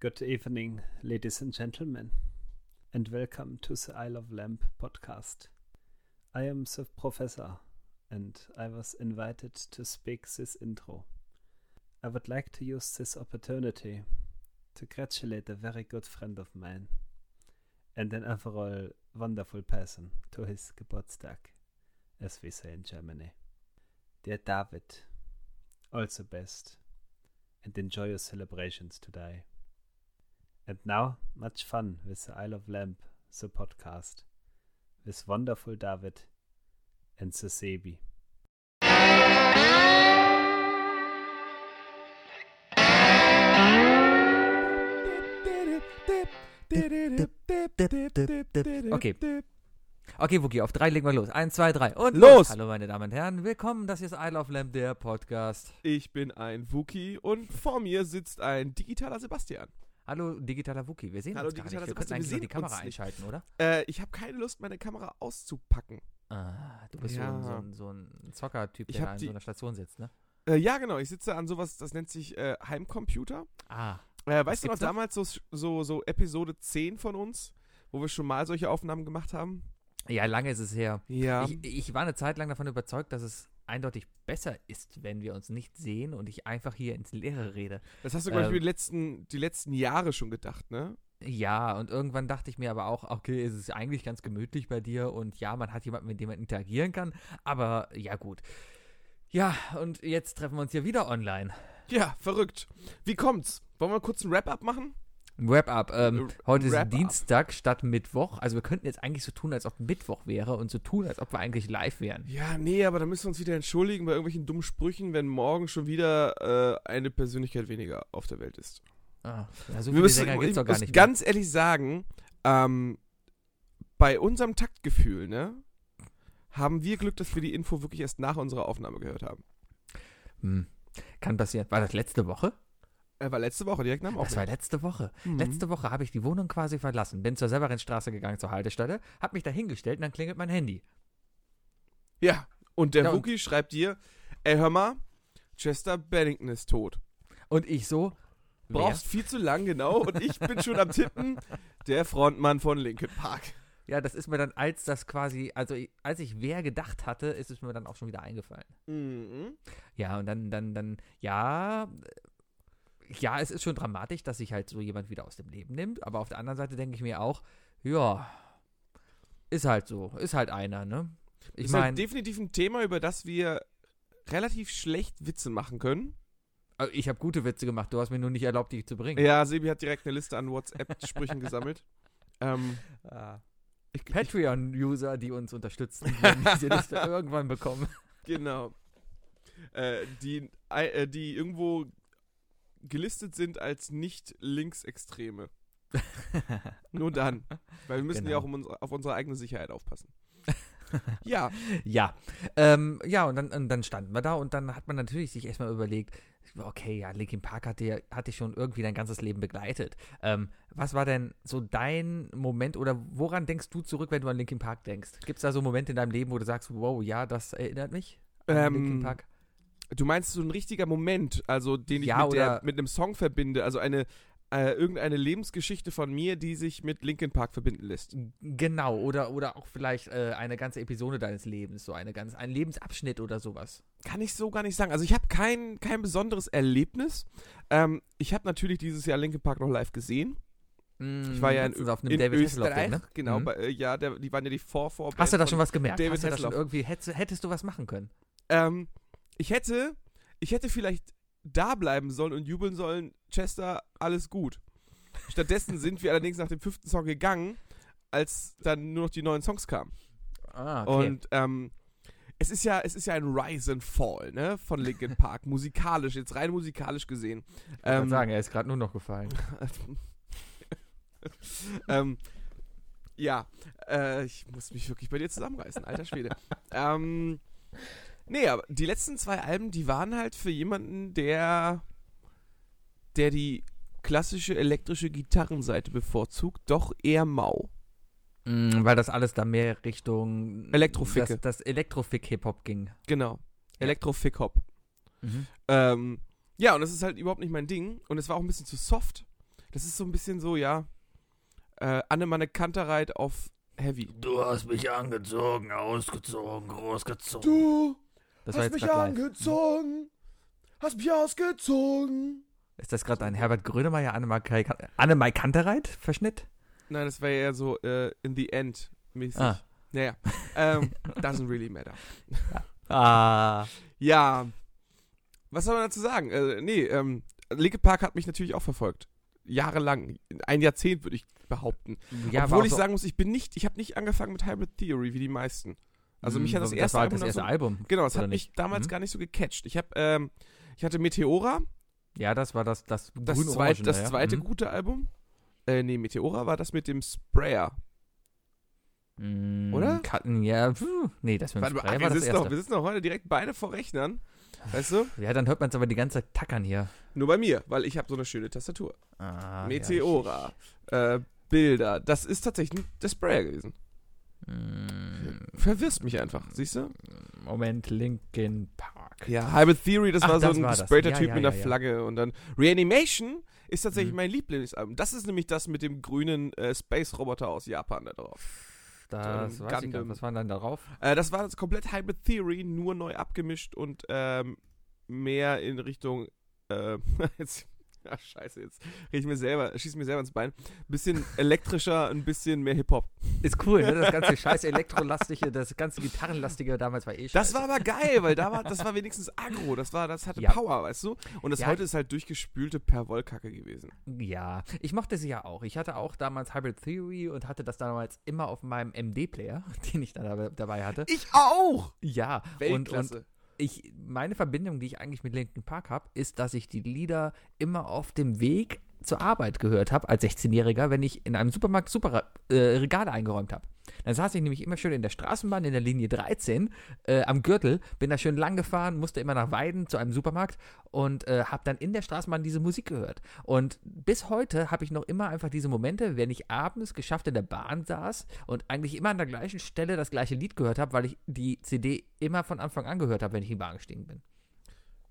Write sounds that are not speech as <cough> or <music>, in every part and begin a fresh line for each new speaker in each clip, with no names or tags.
Good evening, ladies and gentlemen, and welcome to the Isle of Lamp podcast. I am the professor, and I was invited to speak this intro. I would like to use this opportunity to congratulate a very good friend of mine and an overall wonderful person to his Geburtstag, as we say in Germany. Dear David, all the best and enjoy your celebrations today. And now, much fun with the Isle of Lamp, the podcast, with wonderful David and the Sebi.
Okay. Okay, Wookie, auf drei legen wir los. Eins, zwei, drei und
Los!
Hallo, meine Damen und Herren. Willkommen, das hier ist Isle of Lamb, der Podcast.
Ich bin ein Wookie und vor mir sitzt ein digitaler Sebastian.
Hallo, digitaler Wookie. Wir sehen
Hallo,
uns gar nicht.
digitaler
Wir könnten
Sebastian,
eigentlich
wir
nur die
sehen uns
Kamera
nicht.
einschalten, oder?
Äh, ich habe keine Lust, meine Kamera auszupacken.
Ah, du bist
Ja.
so, ein, so, ein, so ein Zocker-Typ,
Ich
der
hab
an
die-
so einer Station sitzt, ne?
Äh, ja, genau. Ich sitze an sowas, das nennt sich äh, Heimcomputer.
Ah,
Äh, weißt du noch
gibt's noch?
damals so, so, so Episode 10 von uns, wo wir schon mal solche Aufnahmen gemacht haben?
ja, lange ist es her.
Ja.
Ich, ich war eine Zeit lang davon überzeugt, dass es eindeutig besser ist, wenn wir uns nicht sehen und ich einfach hier ins Leere rede.
das hast du, glaube ich,
ähm,
für die letzten, die letzten Jahre schon gedacht, ne?
Ja, und irgendwann dachte ich mir aber auch, okay, es ist eigentlich ganz gemütlich bei dir und ja, man hat jemanden, mit dem man interagieren kann, aber ja gut. Ja, und jetzt treffen wir uns hier wieder online.
Ja, verrückt. Wie kommt's? Wollen wir kurz ein Wrap-Up machen?
Wrap-up. Ähm,
R-
heute ist
Wrap-up.
Dienstag statt Mittwoch. Also wir könnten jetzt eigentlich so tun, als ob Mittwoch wäre und so tun, als ob wir eigentlich live wären.
Ja, nee, aber da müssen wir uns wieder entschuldigen bei irgendwelchen dummen Sprüchen, wenn morgen schon wieder äh, eine Persönlichkeit weniger auf der Welt ist.
Ah, ja, so
wir
viele
müssen,
Sänger
ich
gibt's doch gar
muss
nicht mehr.
ganz ehrlich sagen, ähm, bei unserem Taktgefühl, ne, haben wir Glück, dass wir die Info wirklich erst nach unserer Aufnahme gehört haben.
Hm. Kann passieren. War das letzte Woche?
Äh, war letzte Woche, direkt nach dem
Das war letzte Woche.
Mhm.
Letzte Woche habe ich die Wohnung quasi verlassen, bin zur Severinstraße gegangen, zur Haltestelle, habe mich da hingestellt und dann klingelt mein Handy.
Ja, und der
Ja, und-
Wookie schreibt dir, ey, hör mal, Chester Bennington ist tot.
Und ich so,
Brauchst viel zu lang, genau, und ich bin schon am Tippen, der Frontmann von Linkin Park.
wer? Ja, das ist mir dann als das quasi, also ich- als ich wer gedacht hatte, ist es mir dann auch schon wieder eingefallen.
Mhm.
Ja, und dann, dann, dann, ja, äh, ja, es ist schon dramatisch, dass sich halt so jemand wieder aus dem Leben nimmt, aber auf der anderen Seite denke ich mir auch, ja, ist halt so, ist halt einer, ne? Ich
ist halt
meine,
definitiv ein Thema, über das wir relativ schlecht Witze machen können.
äh, ich habe gute Witze gemacht, du hast mir nur nicht erlaubt, die zu bringen.
Ja, Sebi hat direkt eine Liste an WhatsApp-Sprüchen
<laughs>
gesammelt. Ähm,
Ah.
ich, ich,
Patreon-User, die uns unterstützen, werden diese Liste <laughs> irgendwann bekommen.
genau. Äh, die, ei- äh, die irgendwo gelistet sind als nicht linksextreme. Nur dann. Weil wir müssen
Genau.
ja auch um unsere, auf unsere eigene
<laughs>
Sicherheit aufpassen. Ja,
Ja, ähm, ja, und dann, und dann standen wir da und dann hat man natürlich sich erstmal überlegt, okay, ja, Linkin Park hat dir, hat dich schon irgendwie dein ganzes Leben begleitet. Ähm, was war denn so dein Moment oder woran denkst du zurück, wenn du an Linkin Park denkst? Gibt es da so Momente in deinem Leben, wo du sagst, wow, ja, das erinnert mich an Linkin
ähm,
Park?
du meinst so ein richtiger Moment, also den ich
Ja,
mit,
oder-
der, mit einem Song verbinde, also eine äh, irgendeine Lebensgeschichte von mir, die sich mit Linkin Park verbinden lässt.
Genau, oder, oder auch vielleicht äh, eine ganze Episode deines Lebens, so eine ganz, ein Lebensabschnitt oder sowas.
Kann ich so gar nicht sagen. Also ich habe kein, kein besonderes Erlebnis. Ähm, ich habe natürlich dieses Jahr Linkin Park noch live gesehen.
Mm,
Ich war ja in
letztens auf einem
in
David Hasselhoff,
Österreich.
ne?
Genau,
Mhm.
bei, äh, ja, der, die waren ja die vor vor
Hast du da schon was gemerkt?
David
Hast du da schon
Hasselhoff.
irgendwie, hättest, hättest du was machen können?
Ähm, ich hätte, ich hätte vielleicht da bleiben sollen und jubeln sollen, Chester, alles gut. Stattdessen sind wir allerdings nach dem fünften Song gegangen, als dann nur noch die neuen Songs kamen.
Ah,
Und ähm, es ist ja, es ist ja ein Rise and Fall, ne, von Linkin Park, <laughs> musikalisch, jetzt rein musikalisch gesehen.
Ich kann sagen, er ist gerade nur noch gefallen.
<laughs> ähm, ja, äh, ich muss mich wirklich bei dir zusammenreißen, alter Schwede. ähm, nee, aber die letzten zwei Alben, die waren halt für jemanden, der, der die klassische elektrische Gitarrenseite bevorzugt, doch eher mau.
Mm, weil das alles da mehr Richtung
Elektroficke.
Das, das Elektrofick-Hip-Hop ging.
Genau.
Ja.
Elektro-Fick-Hop. Mhm. Ähm, ja, und das ist halt überhaupt nicht mein Ding. Und es war auch ein bisschen zu soft. Das ist so ein bisschen so, ja. Äh, Annemanne Kantereit auf Heavy.
Du hast mich angezogen, ausgezogen, großgezogen.
Du
das war jetzt gerade live.
Hast mich ausgezogen.
Ist das gerade ein Herbert Grönemeyer, Annemai Anne Kantereit-Verschnitt?
Nein, das war ja eher so äh, in the end mäßig.
Ah.
Naja,
<laughs>
ähm, doesn't really matter.
Ah.
Ja, was soll man dazu sagen? Äh, nee, ähm, Linke Park hat mich natürlich auch verfolgt. Jahrelang, ein Jahrzehnt würde ich behaupten.
Ja, war auch
Obwohl ich
so-
sagen muss, ich bin nicht, ich habe nicht angefangen mit Hybrid Theory wie die meisten. Also mich hat das
Mm,
erste
war halt
Album
das
noch
erste
so-
Album.
Genau, das
Oder
hat mich
nicht?
damals
Mhm.
gar nicht so gecatcht. Ich habe, ähm, ich hatte Meteora,
Ja, das war das das
das,
grün-orangene,
zweit, das
ja.
zweite
Mhm.
gute Album. Äh, nee, Meteora war das mit dem Sprayer.
Mm,
Oder?
Katten, ja, pfuh. nee, das mit dem
Warte mal,
Spray
ach,
war
wir,
das
sitzen doch,
erste.
wir sitzen doch heute direkt beide vor Rechnern. Weißt du?
Ja, dann hört man es aber die ganze Zeit tackern hier.
Nur bei mir, weil ich habe so eine schöne Tastatur.
Ah,
Meteora, äh, Bilder. Das ist tatsächlich der Sprayer gewesen.
Ja, ich, mm,
Verwirrst mich einfach, siehst du?
Moment, Linkin Park.
Ja, Hybrid Theory, das
Ach,
war so
das
ein
war das.
gesprayter
Ja,
Typ
ja,
mit
ja,
einer
ja.
Flagge. Und dann Reanimation ist tatsächlich
Mhm.
mein Lieblingsalbum. Das ist nämlich das mit dem grünen äh, Space-Roboter aus Japan da drauf.
Das
So ein
weiß ich gar
Gundam.
nicht. Was war denn da drauf?
Äh, das war das komplett Hybrid Theory, nur neu abgemischt und ähm, mehr in Richtung. Äh, <laughs> jetzt, ja, scheiße, jetzt red ich mir selber, schieß mir selber ins Bein.
<laughs>
Bisschen elektrischer, ein bisschen mehr Hip-Hop.
Ist cool, ne? Das <laughs> ganze scheiß Elektrolastige, das ganze Gitarrenlastige damals war eh scheiße.
Das war aber geil, weil da war, das war wenigstens Agro, das war, das hatte
Ja.
Power, weißt du? Und das
Ja.
heute ist halt durchgespülte Perwollkacke gewesen.
Ja, ich mochte sie ja auch. Ich hatte auch damals Hybrid Theory und hatte das damals immer auf meinem MD-Player, <laughs> den ich dann dabei- dabei hatte.
Ich auch!
Ja, und, und
Weltklasse.
ich, meine Verbindung, die ich eigentlich mit Linkin Park habe, ist, dass ich die Lieder immer auf dem Weg zur Arbeit gehört habe, als 16-Jähriger, wenn ich in einem Supermarkt Super, äh, Regale eingeräumt habe. Dann saß ich nämlich immer schön in der Straßenbahn in der Linie 13 äh, am Gürtel, bin da schön lang gefahren, musste immer nach Weiden zu einem Supermarkt und äh, habe dann in der Straßenbahn diese Musik gehört. Und bis heute habe ich noch immer einfach diese Momente, wenn ich abends geschafft in der Bahn saß und eigentlich immer an der gleichen Stelle das gleiche Lied gehört habe, weil ich die CD immer von Anfang an gehört habe, wenn ich in die Bahn gestiegen bin.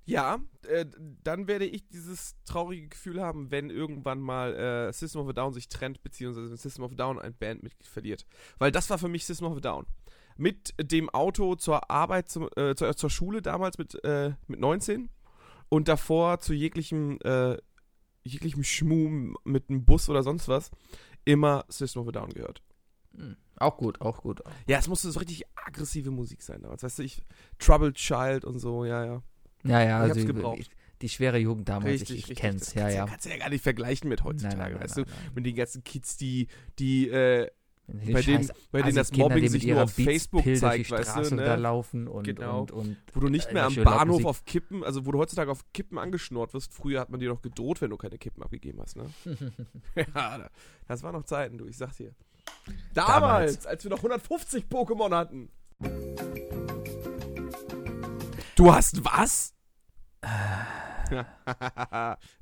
Ja, äh, dann werde ich dieses traurige Gefühl haben, wenn irgendwann mal äh, System of a Down sich trennt, beziehungsweise wenn System of a Down ein Bandmitglied verliert. Weil das war für mich System of a Down. Mit dem Auto zur Arbeit, zum, äh, zur, zur Schule damals mit, äh, mit 19 und davor zu jeglichem, äh, jeglichem Schmuh mit einem Bus oder sonst was immer System of a Down gehört.
Hm. Auch gut, auch gut.
Ja, es musste so richtig aggressive Musik sein damals. Weißt du, ich, Troubled Child und so, ja, ja.
Ja, ja,
Ich hab's
also
gebraucht.
die- die schwere Jugend damals, ich, ich kenn's,
Das
ja,
kannst
ja.
Du kannst du ja gar nicht vergleichen mit heutzutage,
Nein, nein,
weißt
nein,
du?
nein.
Mit den ganzen Kids, die, die, äh,
Wenn du
bei, denen,
scheiß
bei denen das
Assi-Kinder,
Mobbing
die
sich
mit
nur
ihrer
auf Facebook
Beats-Pilz durch
zeigt,
die
weißt
Straße
du,
da
ne?
laufen und,
Genau.
und, und
Wo du nicht
äh,
mehr am
schön laut
Bahnhof
Musik.
auf Kippen, also wo du heutzutage auf Kippen angeschnurrt wirst, früher hat man dir doch gedroht, wenn du keine Kippen abgegeben hast, <laughs> ne? ja, da- das waren noch Zeiten, du, ich sag's dir. Damals,
Damals.
als wir noch 150 Pokémon hatten. Du hast was? <laughs>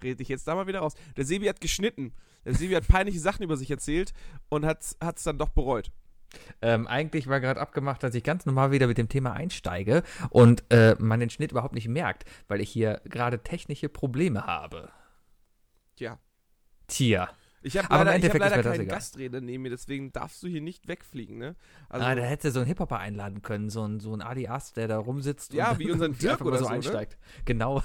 Red dich jetzt da mal wieder raus. Der Sebi hat geschnitten. Der Sebi hat peinliche Sachen über sich erzählt und hat's, hat's dann doch bereut.
Ähm, eigentlich war gerade abgemacht, dass ich ganz normal wieder mit dem Thema einsteige und äh, man den Schnitt überhaupt nicht merkt, weil ich hier gerade technische Probleme habe.
Tja.
Tja.
Ich habe
Aber im
leider, ich hab
Endeffekt ist
leider
mir das
keinen
egal.
Gastredner neben mir, deswegen darfst du hier nicht wegfliegen, ne? Also,
ah, da hätte so einen Hip-Hopper einladen können, so ein, so ein Adi Ast, der da rumsitzt. <laughs>
Ja,
und
wie unseren Dirk
einfach mal
oder so, ne?
einsteigt. Genau.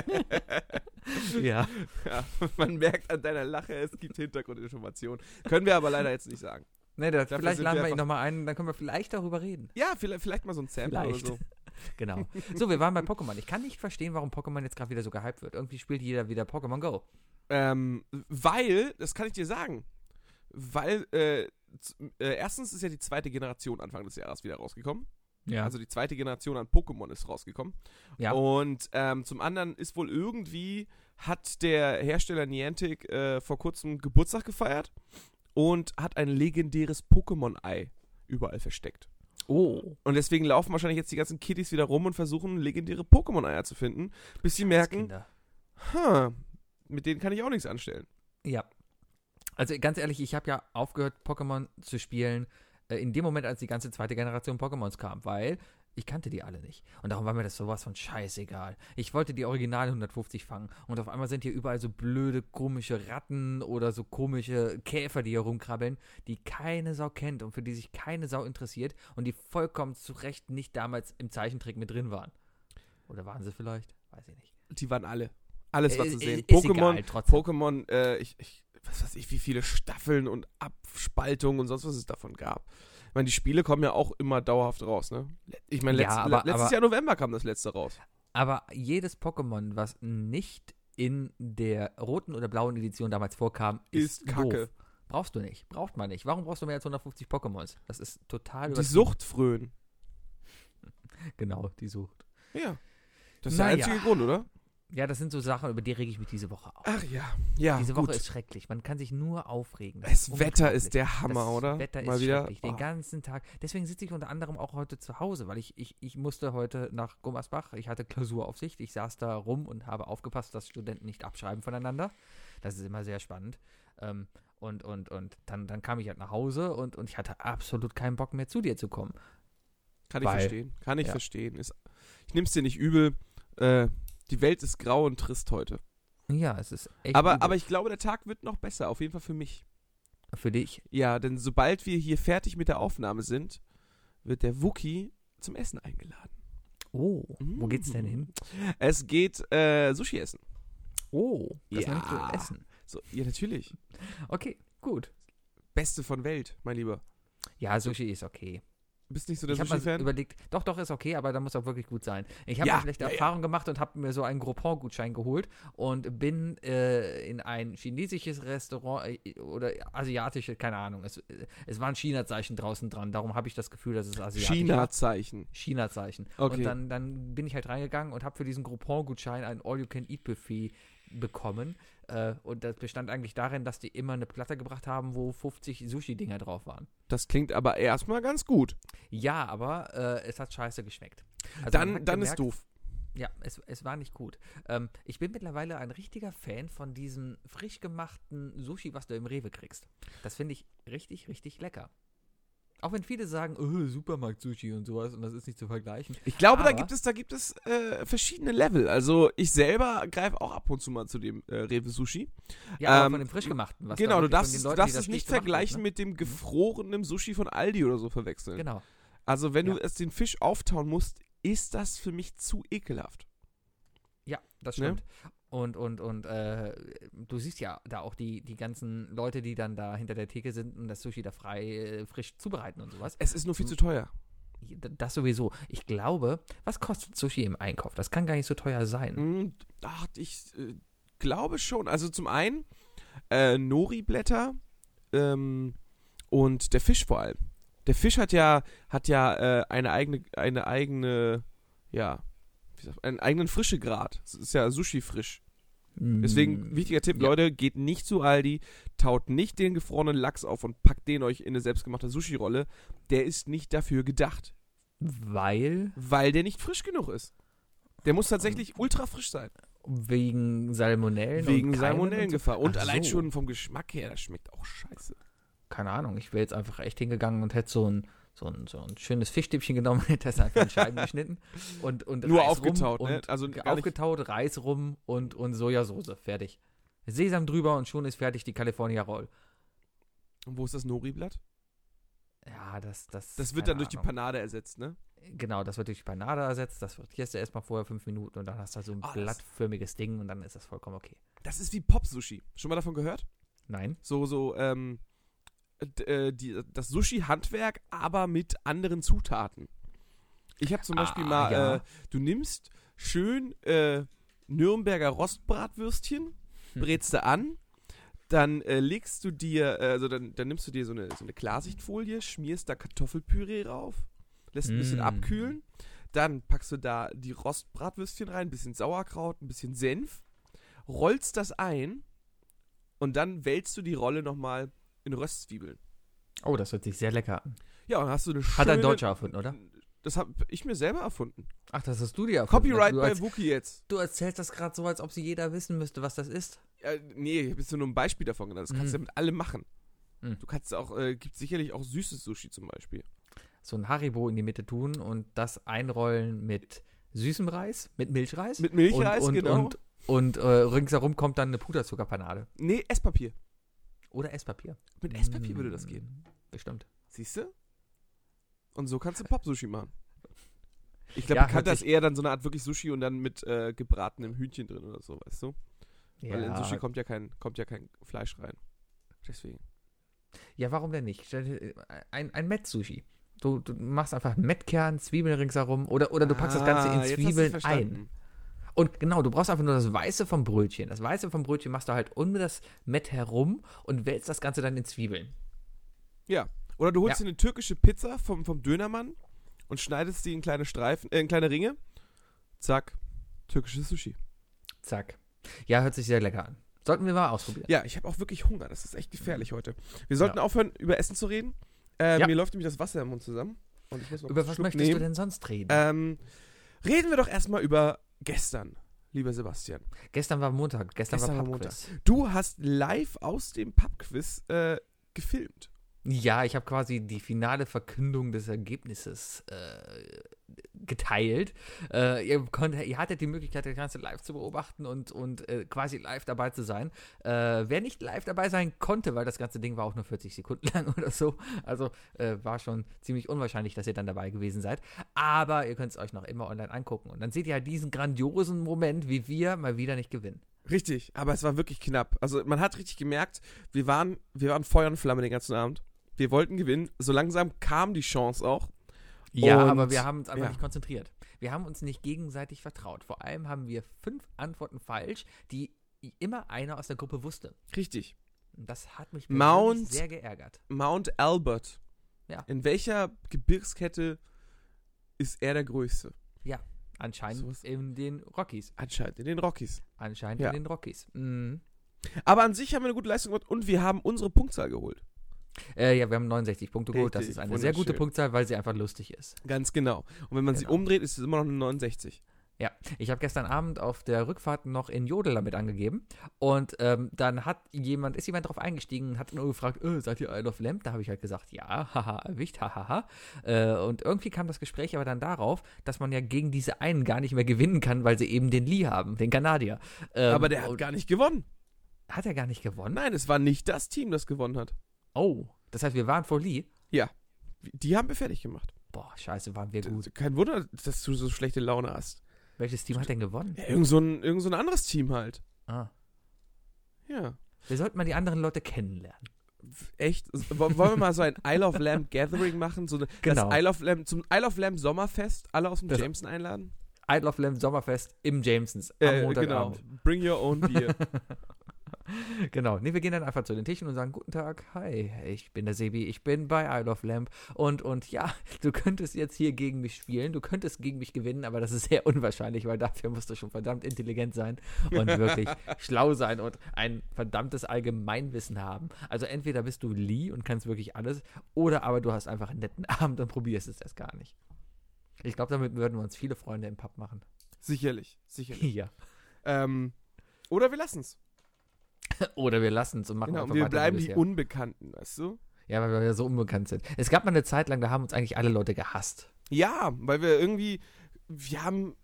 <laughs> ja.
<laughs> ja, man merkt an deiner Lache, es gibt Hintergrundinformationen. Können wir aber leider jetzt nicht sagen.
Nee, Ne, da,
Dafür
vielleicht
sind
laden
wir
wir ihn
einfach-
nochmal ein, dann können wir vielleicht darüber reden.
Ja, vielleicht, vielleicht mal so ein Sample
Vielleicht.
oder so.
Genau. So, wir waren bei Pokémon. Ich kann nicht verstehen, warum Pokémon jetzt gerade wieder so gehypt wird. Irgendwie spielt jeder wieder Pokémon Go.
Ähm, weil, das kann ich dir sagen, weil äh, z- äh, erstens ist ja die zweite Generation Anfang des Jahres wieder rausgekommen.
Ja.
Also die zweite Generation an Pokémon ist rausgekommen.
Ja.
Und ähm, zum anderen ist wohl irgendwie, hat der Hersteller Niantic äh, vor kurzem Geburtstag gefeiert und hat ein legendäres Pokémon-Ei überall versteckt.
oh.
Und deswegen laufen wahrscheinlich jetzt die ganzen Kiddies wieder rum und versuchen, legendäre Pokémon-Eier zu finden, bis sie merken,
Kinder.
hm, mit denen kann ich auch nichts anstellen.
Ja. Also ganz ehrlich, ich habe ja aufgehört, Pokémon zu spielen, äh, in dem Moment, als die ganze zweite Generation Pokémons kam, weil Ich kannte die alle nicht. Und darum war mir das sowas von scheißegal. Ich wollte die Original 150 fangen. Und auf einmal sind hier überall so blöde, komische Ratten oder so komische Käfer, die hier rumkrabbeln, die keine Sau kennt und für die sich keine Sau interessiert und die vollkommen zu Recht nicht damals im Zeichentrick mit drin waren. Oder waren sie vielleicht? Weiß ich nicht.
Die waren alle. Alles war
Äh,
zu
ist-
sehen.
ist
Pokémon,
egal, trotzdem.
Pokémon, äh, ich, ich, was weiß ich, wie viele Staffeln und Abspaltungen und sonst was es davon gab. Ich meine, die Spiele kommen ja auch immer dauerhaft raus, ne? Le- Ich meine,
Ja,
letzt,
aber-
le- letztes
aber-
Jahr November kam das letzte raus.
Aber jedes Pokémon, was nicht in der roten oder blauen Edition damals vorkam, ist,
Ist Kacke.
Doof. Brauchst du nicht. Braucht man nicht. Warum brauchst du mehr als 150 Pokémons? Ah, Das ist total
Die
übertrieben.
Sucht frönen.
Genau, die Sucht.
Ja. Das ist
Naja.
der einzige Grund, oder?
Ja, das sind so Sachen, über die rege ich mich diese Woche auf.
Ach ja. Ja,
diese
Ah, gut.
Woche ist schrecklich. Man kann sich nur aufregen.
das Wetter ist
unglaublich.
der Hammer,
das
oder?
Wetter
Mal
ist
wieder.
schrecklich. Den
Oh.
ganzen Tag. Deswegen sitze ich unter anderem auch heute zu Hause, weil ich, ich, ich musste heute nach Gummersbach. Ich hatte Klausuraufsicht. Ich saß da rum und habe aufgepasst, dass Studenten nicht abschreiben voneinander. Das ist immer sehr spannend. Ähm, und und, und dann, dann kam ich halt nach Hause und, und ich hatte absolut keinen Bock mehr zu dir zu kommen.
Kann ich
Weil-
verstehen. Kann ich
ja.
verstehen. Ist, ich nehm's dir nicht übel. Äh, die Welt ist grau und trist heute.
Ja, es ist echt.
Aber,
übel.
aber ich glaube, der Tag wird noch besser. Auf jeden Fall für mich.
Für dich.
Ja, denn sobald wir hier fertig mit der Aufnahme sind, wird der Wookie zum Essen eingeladen.
Oh, wo geht's
Mm.
denn hin?
Es geht äh, Sushi essen.
Oh, das
Ja.
nennst du Essen.
So, ja, natürlich.
Okay, gut.
Beste von Welt, mein Lieber.
Ja, Sushi ist okay.
Du bist nicht so der
Ich habe mal
Sushi-Fan?
überlegt, doch, doch, ist okay, aber da muss auch wirklich gut sein. Ich habe
Ja,
eine schlechte
ja, ja.
Erfahrung gemacht und habe mir so einen Groupon-Gutschein geholt und bin äh, in ein chinesisches Restaurant äh, oder asiatische, keine Ahnung. Es, äh, es waren China-Zeichen draußen dran, darum habe ich das Gefühl, dass es asiatisch war.
China-Zeichen.
China-Zeichen.
Okay.
Und dann, dann bin ich halt reingegangen und habe für diesen Groupon-Gutschein ein All-You-Can-Eat-Buffet bekommen. Äh, und das bestand eigentlich darin, dass die immer eine Platte gebracht haben, wo 50 Sushi-Dinger drauf waren.
Das klingt aber erstmal ganz gut.
Ja, aber äh, es hat scheiße geschmeckt. Also man
dann
hat
dann ist
gemerkt,
doof.
Ja, es, es war nicht gut. Ähm, ich bin mittlerweile ein richtiger Fan von diesem frisch gemachten Sushi, was du im Rewe kriegst. Das finde ich richtig, richtig lecker. Auch wenn viele sagen, öh, Supermarkt-Sushi und sowas und das ist nicht zu vergleichen.
Ich glaube, da
Aber-
gibt es, da gibt es äh, verschiedene Level. Also ich selber greife auch ab und zu mal zu dem äh, Rewe Sushi.
Ja, aber
Ähm,
von dem frisch gemachten, was da
genau,
wirklich
du darfst,
von den
es-
Leuten,
du
die
darfst
das
es nicht
gemacht wird,
vergleichen
ne?
mit dem gefrorenen Sushi von Aldi oder so verwechseln.
Genau.
Also wenn du
Ja.
es den Fisch auftauen musst, ist das für mich zu ekelhaft.
Ja, das
Ne?
stimmt. Und, und, und äh, du siehst ja da auch die, die ganzen Leute, die dann da hinter der Theke sind und das Sushi da frei äh, frisch zubereiten und sowas.
Es ist nur viel
Hm.
zu teuer.
D- Das sowieso. Ich glaube, was kostet Sushi im Einkauf? Das kann gar nicht so teuer sein.
Hm, Ach, ich äh, glaube schon. Also zum einen äh, Nori-Blätter ähm, und der Fisch vor allem. Der Fisch hat ja, hat ja äh, eine eigene, eine eigene, ja, wie sagt, einen eigenen Frischegrad. Es ist ja Sushi frisch. Hm.
Hm,
Deswegen, wichtiger Tipp,
ja.
Leute, geht nicht zu Aldi, taut nicht den gefrorenen Lachs auf und packt den euch in eine selbstgemachte Sushi-Rolle. Der ist nicht dafür gedacht,
Weil,
weil der nicht frisch genug ist. Der muss tatsächlich ultra frisch sein.
wegen Salmonellen.
Wegen
und Keimen und so.
Salmonellengefahr. Und
Ach
allein
so.
schon vom Geschmack her, das schmeckt auch scheiße.
Keine Ahnung, ich wäre jetzt einfach echt hingegangen und hätte so ein, so ein, so ein schönes Fischstäbchen genommen, hätte das einfach in
<laughs>
Scheiben geschnitten und, und
Nur
Reis
aufgetaut,
rum
ne?
und
Also
ge-
gar nicht-
aufgetaut, Reis rum und, und Sojasauce. Fertig. Sesam drüber und schon ist fertig die California Roll.
Und wo ist das Nori-Blatt?
Ja, das, das.
Das wird
keine
dann durch die
Ahnung.
Panade ersetzt, ne?
Genau, das wird durch die Panade ersetzt. Das frittierst du erstmal vorher fünf Minuten und dann hast du so ein
Ah, das-
blattförmiges Ding und dann ist das vollkommen okay.
Das ist wie Pop-Sushi. Schon mal davon gehört?
Nein?
So, so, ähm, d- äh, die, das Sushi-Handwerk, aber mit anderen Zutaten. Ich habe zum
Ah,
Beispiel mal,
ja.
äh, du nimmst schön äh, Nürnberger Rostbratwürstchen,
Hm.
brätst du an, dann äh, legst du dir, äh, also dann, dann nimmst du dir so eine, so eine Klarsichtfolie, schmierst da Kartoffelpüree rauf, lässt ein bisschen
Mm.
abkühlen, dann packst du da die Rostbratwürstchen rein, ein bisschen Sauerkraut, ein bisschen Senf, rollst das ein und dann wälzt du die Rolle nochmal in Röstzwiebeln.
Oh, das hört sich sehr lecker an.
Ja, und dann hast du eine schöne...
Hat ein Deutscher erfunden, oder?
Das habe ich mir selber erfunden.
Ach, das hast du dir erfunden.
Copyright
also du,
bei
als,
Wookie jetzt.
du erzählst das gerade so, als ob sie jeder wissen müsste, was das ist.
Ja, äh, nee, ich habe jetzt nur ein Beispiel davon genannt. Das kannst du
Mhm.
ja mit allem machen.
Mhm.
Du kannst auch, äh, gibt sicherlich auch süßes Sushi zum Beispiel.
so ein Haribo in die Mitte tun und das einrollen mit süßem Reis, mit Milchreis.
Mit Milchreis,
und, und,
genau.
Und, und äh, ringsherum kommt dann eine Puderzuckerpanade.
nee, Esspapier.
Oder Esspapier.
Mit Esspapier würde das gehen.
Mm, Bestimmt.
Siehst du? Und so kannst du Pop-Sushi machen. Ich glaube,
Ja,
bekannter
hört
ist eher dann so eine Art wirklich Sushi und dann mit äh, gebratenem Hühnchen drin oder so, weißt du? Weil in Sushi kommt ja kein, kommt ja kein Fleisch rein. Deswegen.
Ja, warum denn nicht? Stell dir, äh, Ein, ein Met-Sushi. Du, du machst einfach Mettkern, Zwiebeln ringsherum oder, oder du packst das Ganze in
Ah, jetzt hast du's
Zwiebeln ein.
verstanden.
Und genau, du brauchst einfach nur das Weiße vom Brötchen. Das Weiße vom Brötchen machst du halt um das Met herum und wälzt das Ganze dann in Zwiebeln.
Oder du holst
Ja.
dir eine türkische Pizza vom, vom Dönermann und schneidest die in kleine Streifen, äh, in kleine Ringe. Zack, türkisches Sushi.
Zack. Ja, hört sich sehr lecker an. Sollten wir mal ausprobieren.
Ja, ich habe auch wirklich Hunger. Das ist echt gefährlich heute. Wir sollten aufhören, über Essen zu reden. Äh,
Mhm. Ja.
Mir läuft nämlich das Wasser im Mund zusammen. Und ich muss mal kurz
Über
einen
was
Schluck
möchtest
nehmen.
du denn sonst reden?
Ähm, reden wir doch erstmal über gestern, lieber Sebastian.
gestern war Montag. Gestern,
gestern
war
war
Pubquiz.
Du hast live aus dem Pubquiz äh, gefilmt.
Ja, ich habe quasi die finale Verkündung des Ergebnisses äh, geteilt. Äh, ihr, konntet, ihr hattet die Möglichkeit, das Ganze live zu beobachten und, und äh, quasi live dabei zu sein. Äh, wer nicht live dabei sein konnte, weil das ganze Ding war auch nur 40 Sekunden <laughs> lang oder so, also äh, war schon ziemlich unwahrscheinlich, dass ihr dann dabei gewesen seid. Aber ihr könnt es euch noch immer online angucken. Und dann seht ihr halt diesen grandiosen Moment, wie wir mal wieder nicht gewinnen.
Richtig, aber es war wirklich knapp. Also man hat richtig gemerkt, wir waren, wir waren Feuer und Flamme den ganzen Abend. Wir wollten gewinnen. So langsam kam die Chance auch.
Ja,
Und-
aber wir haben uns einfach
ja.
nicht konzentriert. Wir haben uns nicht gegenseitig vertraut. Vor allem haben wir fünf Antworten falsch, die immer einer aus der Gruppe wusste.
Richtig.
Und das hat mich
Mount-
persönlich sehr geärgert.
Mount Albert.
Ja.
In welcher Gebirgskette ist er der Größte?
Anscheinend
Sowas-
in den Rockies.
Anscheinend in den Rockies.
Anscheinend
Ja.
in den Rockies. Mhm.
Aber an sich haben wir eine gute Leistung gemacht und wir haben unsere Punktzahl geholt.
Äh, ja, wir haben 69 Punkte geholt. Das
Richtig,
ist eine sehr gute
wunderschön.
Punktzahl, weil sie einfach lustig ist.
Ganz genau. Und wenn man sie
Genau.
umdreht, ist es immer noch eine 69.
Ja, ich habe gestern Abend auf der Rückfahrt noch in Jodel damit angegeben und ähm, dann hat jemand, ist jemand drauf eingestiegen und hat nur gefragt, äh, seid ihr Isle of Lamp? Da habe ich halt gesagt, ja, haha, erwischt, hahaha. Äh, und irgendwie kam das Gespräch aber dann darauf, dass man ja gegen diese einen gar nicht mehr gewinnen kann, weil sie eben den Lee haben, den Kanadier. Ähm,
Aber der hat
und-
gar nicht gewonnen.
hat er gar nicht gewonnen?
Nein, es war nicht das Team, das gewonnen hat.
Oh, das heißt, wir waren vor Lee.
Die haben wir fertig gemacht.
Boah, scheiße, waren wir gut.
Kein Wunder, dass du so schlechte Laune hast.
Welches Team hat denn gewonnen?
Ja, irgend, so ein, irgend so ein anderes Team halt.
Ah,
Ja.
wir sollten mal die anderen Leute kennenlernen.
Echt? W- Wollen wir mal so ein Isle of Lamb Gathering machen? So eine,
Genau.
das Isle of Lamb, zum Isle of Lamb Sommerfest alle aus dem
Das-
Jameson einladen?
Isle of Lamp Sommerfest im Jamesons am
Äh,
Montagabend.
Bring your own
<laughs>
beer.
Genau, nee, wir gehen dann einfach zu den Tischen und sagen, guten Tag, hi, ich bin der Sebi, ich bin bei Isle of Lamp und, und ja, <laughs> du könntest jetzt hier gegen mich spielen, du könntest gegen mich gewinnen, aber das ist sehr unwahrscheinlich, weil dafür musst du schon verdammt intelligent sein und
<laughs>
wirklich schlau sein und ein verdammtes Allgemeinwissen haben. Also entweder bist du Lee und kannst wirklich alles, oder aber du hast einfach einen netten <laughs> Abend und probierst es erst gar nicht. Ich glaube, damit würden wir uns viele Freunde im Pub machen. <laughs>
sicherlich, sicherlich.
Ja.
Ähm, oder wir lassen es.
Oder wir lassen es und machen
Genau,
einfach
wir
weiter wie
bleiben die
bisher.
Unbekannten, weißt du?
Ja, weil wir ja so unbekannt sind. Es gab mal eine Zeit lang, da haben uns eigentlich alle Leute gehasst.
Ja, weil wir irgendwie, wir haben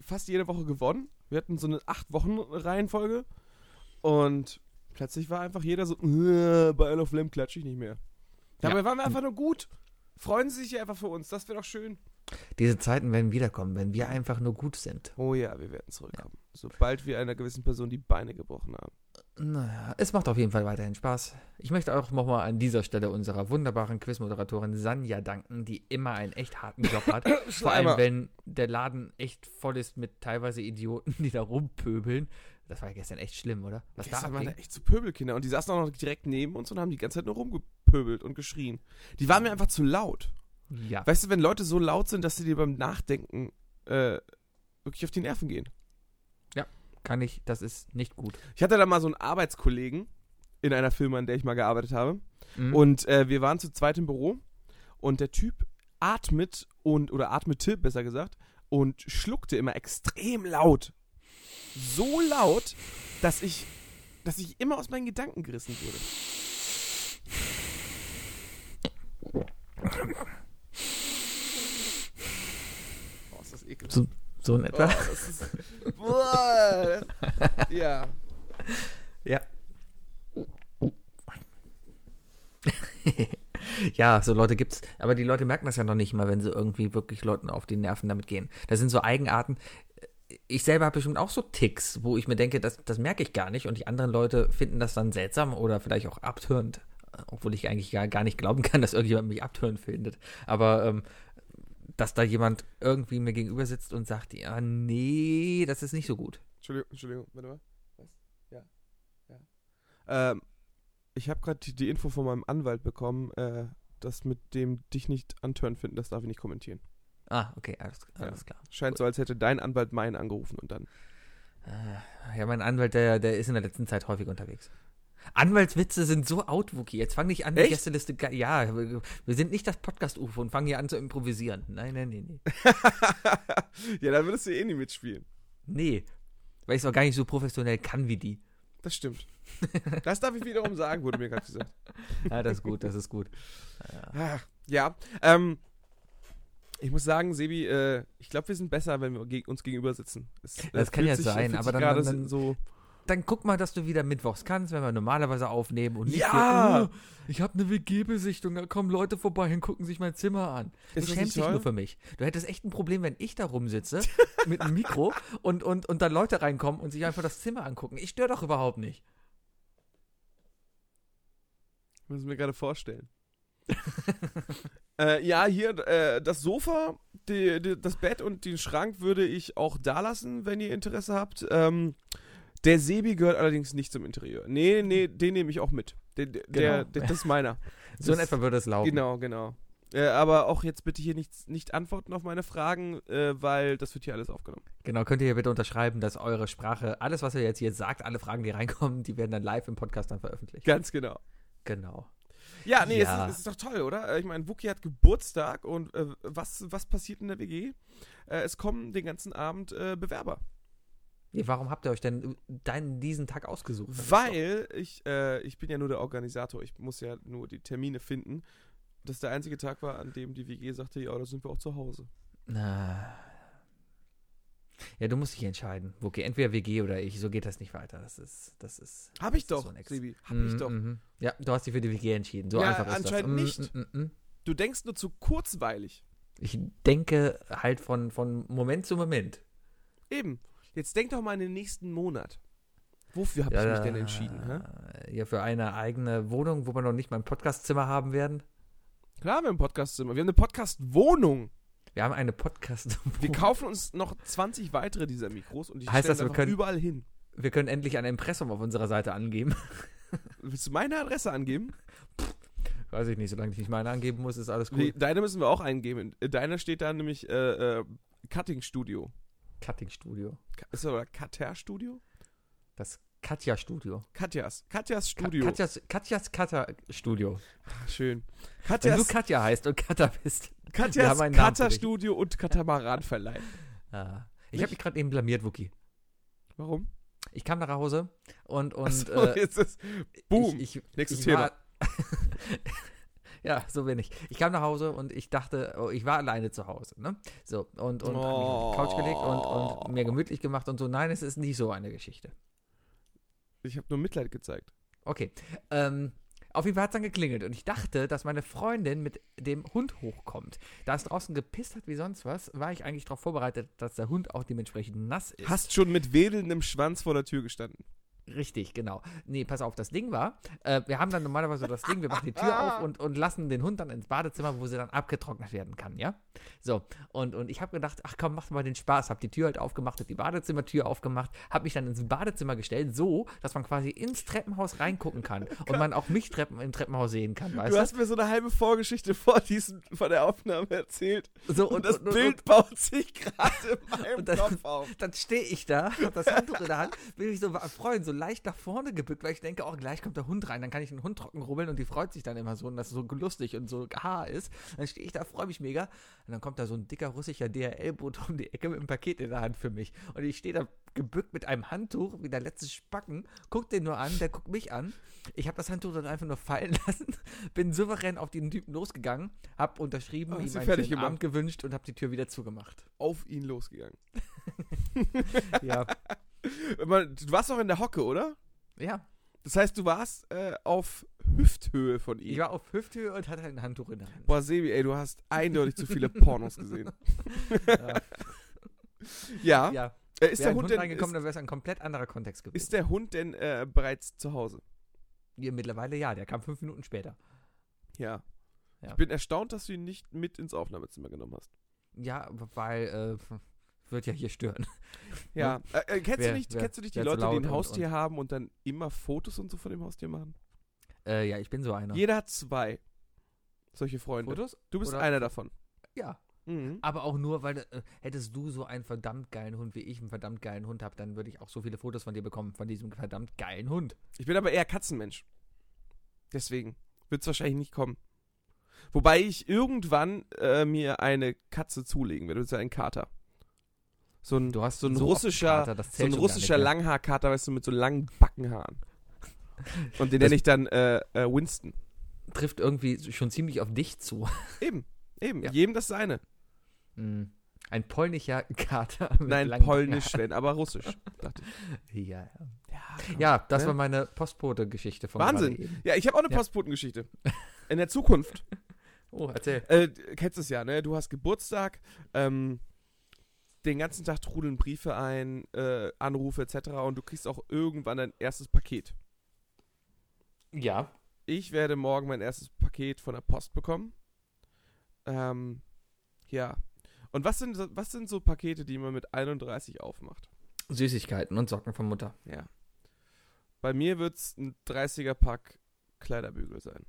fast jede Woche gewonnen. Wir hatten so eine acht Wochen Reihenfolge und plötzlich war einfach jeder so, "Äh, bei Isle of Lamb klatsche ich nicht mehr. Dabei waren wir einfach nur gut. Freuen Sie sich ja einfach für uns, das wäre doch schön.
Diese Zeiten werden wiederkommen, wenn wir einfach nur gut sind.
Oh ja, wir werden zurückkommen. Sobald wir einer gewissen Person die Beine gebrochen haben.
Naja, es macht auf jeden Fall weiterhin Spaß. Ich möchte auch nochmal an dieser Stelle unserer wunderbaren Quizmoderatorin Sanja danken, die immer einen echt harten Job hat. Vor allem, wenn der Laden echt voll ist mit teilweise Idioten, die da rumpöbeln. Das war ja gestern echt schlimm, oder? Was da
Gestern waren da
abging?
echt so Pöbelkinder und die saßen auch noch direkt neben uns und haben die ganze Zeit nur rumgepöbelt und geschrien. Die waren mir einfach zu laut.
Ja.
Weißt du, wenn Leute so laut sind, dass sie dir beim Nachdenken äh, wirklich auf die Nerven gehen.
Kann ich, das ist nicht gut.
Ich hatte da mal so einen Arbeitskollegen in einer Firma, an der ich mal gearbeitet habe.
Mhm.
Und äh, wir waren zu zweit im Büro und der Typ atmet und, oder atmete, besser gesagt, und schluckte immer extrem laut. So laut, dass ich, dass ich immer aus meinen Gedanken gerissen wurde.
So in etwa.
Oh, das ist, <laughs> boah, das- ja.
Ja, so Leute gibt's. Aber die Leute merken das ja noch nicht mal, wenn sie irgendwie wirklich Leuten auf die Nerven damit gehen. Das sind so Eigenarten. Ich selber habe bestimmt auch so Ticks, wo ich mir denke, das, das merke ich gar nicht. Und die anderen Leute finden das dann seltsam oder vielleicht auch abtörend. Obwohl ich eigentlich gar, gar nicht glauben kann, dass irgendjemand mich abtörend findet. Aber ähm, dass da jemand irgendwie mir gegenüber sitzt und sagt, ja, nee, das ist nicht so gut.
Entschuldigung, Entschuldigung, warte mal. Was? Ja. ja. Ähm, ich habe gerade die, die Info von meinem Anwalt bekommen, äh, dass mit dem dich nicht antören finden, das darf ich nicht kommentieren.
Ah, okay, alles, alles klar.
Scheint so, als hätte dein Anwalt meinen angerufen
<laughs>
und dann.
Äh, Ja, mein Anwalt, der, der ist in der letzten Zeit häufig unterwegs. Anwaltswitze sind so out, Wookie. Jetzt fang nicht an, die
Echt?
Gästeliste. ge- Ja, wir wir sind nicht das Podcast-UFO und fangen hier an zu improvisieren. Nein, nein, nein, nee.
ja, dann würdest du eh nie mitspielen.
Nee. Weil ich es auch gar nicht so professionell kann wie die.
Das stimmt. Das darf ich wiederum sagen, wurde mir gerade gesagt.
<laughs> <laughs> Ja, das ist gut, das ist gut.
Ah, Ja, ähm, ich muss sagen, Sebi, äh, ich glaube, wir sind besser, wenn wir geg uns gegenüber sitzen. Es,
Das
äh,
kann
fühlt
ja
sich-
sein,
fühlt
aber
sich
dann-
gerade
dann-
so.
Dann guck mal, dass du wieder mittwochs kannst, wenn wir normalerweise aufnehmen und nicht hier,
Ja!
oh, ich habe eine WG-Besichtung, da kommen Leute vorbei und gucken sich mein Zimmer an.
Ist
du
das
schämst
nicht
dich
toll?
nur für mich. Du hättest echt ein Problem, wenn ich da rumsitze
<laughs>
mit einem Mikro und, und, und da Leute reinkommen und sich einfach das Zimmer angucken. Ich störe doch überhaupt nicht.
Ich muss es mir gerade vorstellen. <laughs> äh, ja, hier, äh, das Sofa, die, die, das Bett und den Schrank würde ich auch da lassen, wenn ihr Interesse habt. Ähm, der Sebi gehört allerdings nicht zum Interieur. Nee, nee, den nehme ich auch mit. Der, der, der,
Genau.
das ist meiner.
So in
Das-
etwa würde es laufen.
Genau, genau. Äh, aber auch jetzt bitte hier nicht, nicht antworten auf meine Fragen, äh, weil das wird hier alles aufgenommen.
Genau, könnt ihr hier bitte unterschreiben, dass eure Sprache, alles, was ihr jetzt hier sagt, alle Fragen, die reinkommen, die werden dann live im Podcast dann veröffentlicht.
Ganz genau.
Genau.
Ja, nee,
Ja.
Es, ist, es ist doch toll, oder? Äh, Ich meine, Wookie hat Geburtstag und äh, was, was passiert in der WG? Äh, es kommen den ganzen Abend äh, Bewerber.
Nee, warum habt ihr euch denn deinen, diesen Tag ausgesucht?
Weil ich, äh, ich bin ja nur der Organisator, ich muss ja nur die Termine finden. Das der einzige Tag war, an dem die WG sagte, ja, da sind wir auch zu Hause.
Na. Ja, du musst dich entscheiden. Okay, entweder WG oder ich. So geht das nicht weiter. Das ist, das ist.
Hab ich
Das ist
doch,
so nix.
Sebi. Hab ich
Mhm,
doch.
mhm. Ja, du hast dich für die WG entschieden. So
Ja,
einfach ist
anscheinend
das.
nicht.
Mm, mm, mm.
Du denkst nur zu kurzweilig.
Ich denke halt von, von Moment zu Moment.
Eben. Jetzt denk doch mal in den nächsten Monat. Wofür habe ich mich denn entschieden? ne? Hä?
äh, Ja, für eine eigene Wohnung, wo wir noch nicht mal ein Podcastzimmer haben werden.
Klar, wir haben ein Podcastzimmer. Wir haben eine Podcast-Wohnung.
Wir haben eine podcast
Wir kaufen uns noch 20 weitere dieser Mikros und die
Heißt das,
stellen
wir
einfach
können-
überall hin.
Wir können endlich ein Impressum auf unserer Seite angeben. <laughs>
Willst du meine Adresse angeben?
Weiß ich nicht, solange ich nicht meine angeben muss, ist alles
Nee,
cool.
deine müssen wir auch eingeben. Deiner steht da nämlich äh, äh, Cutting Studio.
Cutting Studio.
Ka- Ist das oder Cutter Studio?
Das Katja Studio.
Katjas. Katjas
Ka-
Studio.
Katjas, Katjas Cutter Studio.
Ach, schön.
Wenn du
Katjas,
Katja heißt und Cutter bist. wir
Katjas
haben einen Namen
Cutter
für dich.
Studio und Katamaranverleih.
Ah. Ich
Nicht?
habe mich gerade eben blamiert, Wookie.
Warum?
Ich kam nach Hause und, und
Achso,
äh,
jetzt ist. Boom.
ich, ich,
Nächstes
ich
Thema.
War, <laughs> ja, so bin ich. Ich kam nach Hause und ich dachte, oh, ich war alleine zu Hause. Ne? So, und, und hab mich auf
Oh.
die Couch gelegt und, und mir gemütlich gemacht und so. Nein, es ist nicht so eine Geschichte.
ich habe nur Mitleid gezeigt.
Okay. Ähm, auf jeden Fall hat es dann geklingelt und ich dachte, dass meine Freundin mit dem Hund hochkommt. Da es draußen gepisst hat wie sonst was, war ich eigentlich darauf vorbereitet, dass der Hund auch dementsprechend nass ist.
Hast schon mit wedelndem Schwanz vor der Tür gestanden.
Richtig, genau. Nee, pass auf, das Ding war, äh, wir haben dann normalerweise das Ding, wir machen die Tür
<laughs>
auf und, und lassen den Hund dann ins Badezimmer, wo sie dann abgetrocknet werden kann, ja? So, und, und ich habe gedacht, ach komm, mach mal den Spaß, hab die Tür halt aufgemacht, hab die Badezimmertür aufgemacht, hab mich dann ins Badezimmer gestellt, so, dass man quasi ins Treppenhaus reingucken
<laughs>
kann und man auch mich Treppen, im Treppenhaus sehen kann, weißt
Du hast mir so eine halbe Vorgeschichte vor, diesem, vor der Aufnahme erzählt.
du? So,
Und das Bild baut <laughs> sich gerade in meinem
und das-
Kopf auf.
dann stehe ich da, hab das Handtuch in der Hand, will mich so freuen, so so leicht nach vorne gebückt, weil ich denke, oh, gleich kommt der Hund rein, dann kann ich den Hund trocken rubbeln und die freut sich dann immer so und das so lustig und so haha ist. Dann stehe ich da, freue mich mega und dann kommt da so ein dicker russischer DHL-Boot um die Ecke mit einem Paket in der Hand für mich und ich stehe da gebückt mit einem Handtuch wie der letzte Spacken, guck den nur an, der guckt mich an. Ich habe das Handtuch dann einfach nur fallen <laughs> lassen, bin souverän auf den Typen losgegangen, hab unterschrieben,
Oh, hast
ihm
du
einen
fertig
schönen
gemacht?
Abend gewünscht und hab die Tür wieder zugemacht.
Auf ihn losgegangen.
Ja,
Wenn man- Du warst doch in der Hocke, oder?
<laughs> ja.
Das heißt, du warst äh, auf Hüfthöhe von
Ich
ihm.
war auf Hüfthöhe und hatte ein Handtuch in der Hand.
Boah, Sebi, ey, du hast eindeutig zu viele Pornos gesehen. Ja.
Äh, Ja, ja.
Äh, ist,
wäre
der
ein
Hund
Hund
denn,
reingekommen,
ist,
dann wäre es ein komplett anderer Kontext gewesen.
ist der Hund denn äh, bereits zu Hause?
ja, mittlerweile ja, der kam fünf Minuten später.
Ja.
Ja.
Ich bin erstaunt, dass du ihn nicht mit ins Aufnahmezimmer genommen hast.
Ja, weil, äh, wird ja hier stören. <laughs>
Ja. Äh, äh, kennst,
Wer-
du nicht,
wer-
kennst du nicht die
wer zu
Leute, die
laut
ein
und-
Haustier haben und dann immer Fotos und so von dem Haustier machen?
Äh, ja, ich bin so einer.
Jeder hat zwei solche Freunde.
Fotos?
Du bist
Oder-
einer davon.
Ja.
Mhm.
Aber auch nur, weil äh, hättest du so einen verdammt geilen Hund, wie ich einen verdammt geilen Hund habe, dann würde ich auch so viele Fotos von dir bekommen, von diesem verdammt geilen Hund.
Ich bin aber eher Katzenmensch. Deswegen wird es wahrscheinlich nicht kommen. Wobei ich irgendwann äh, mir eine Katze zulegen werde, so einen Kater. So ein,
Du hast
so ein
oft
russischer-
Kater, das
so ein
zählt schon gar
russischer
nicht mehr.
Langhaarkater, weißt du, mit so langen Backenhaaren. Und den
Das-
nenne ich dann äh, äh, Winston.
Trifft irgendwie schon ziemlich auf dich zu.
Eben, eben,
Ja.
jedem das seine.
Hm. Ein polnischer Kater. mit
Nein,
langen
polnisch, wenn, aber russisch. Dachte ich.
Haaren. Ja, ja.
Ja,
<laughs> ja, das
Ne?
war meine Postbote-Geschichte von
Wahnsinn.
gerade eben.
ja, ich habe auch eine
Ja.
Postbotengeschichte. In der Zukunft.
Oh, erzähl.
Äh, kennst es ja, ne? Du hast Geburtstag, ähm, den ganzen Tag trudeln Briefe ein, äh, Anrufe etc. Und du kriegst auch irgendwann dein erstes Paket.
Ja.
Ich werde morgen mein erstes Paket von der Post bekommen. Ähm, ja. Und was sind, so- was sind so Pakete, die man mit 31 aufmacht?
Süßigkeiten und Socken von Mutter.
Ja. Bei mir wird es ein 30er-Pack Kleiderbügel sein.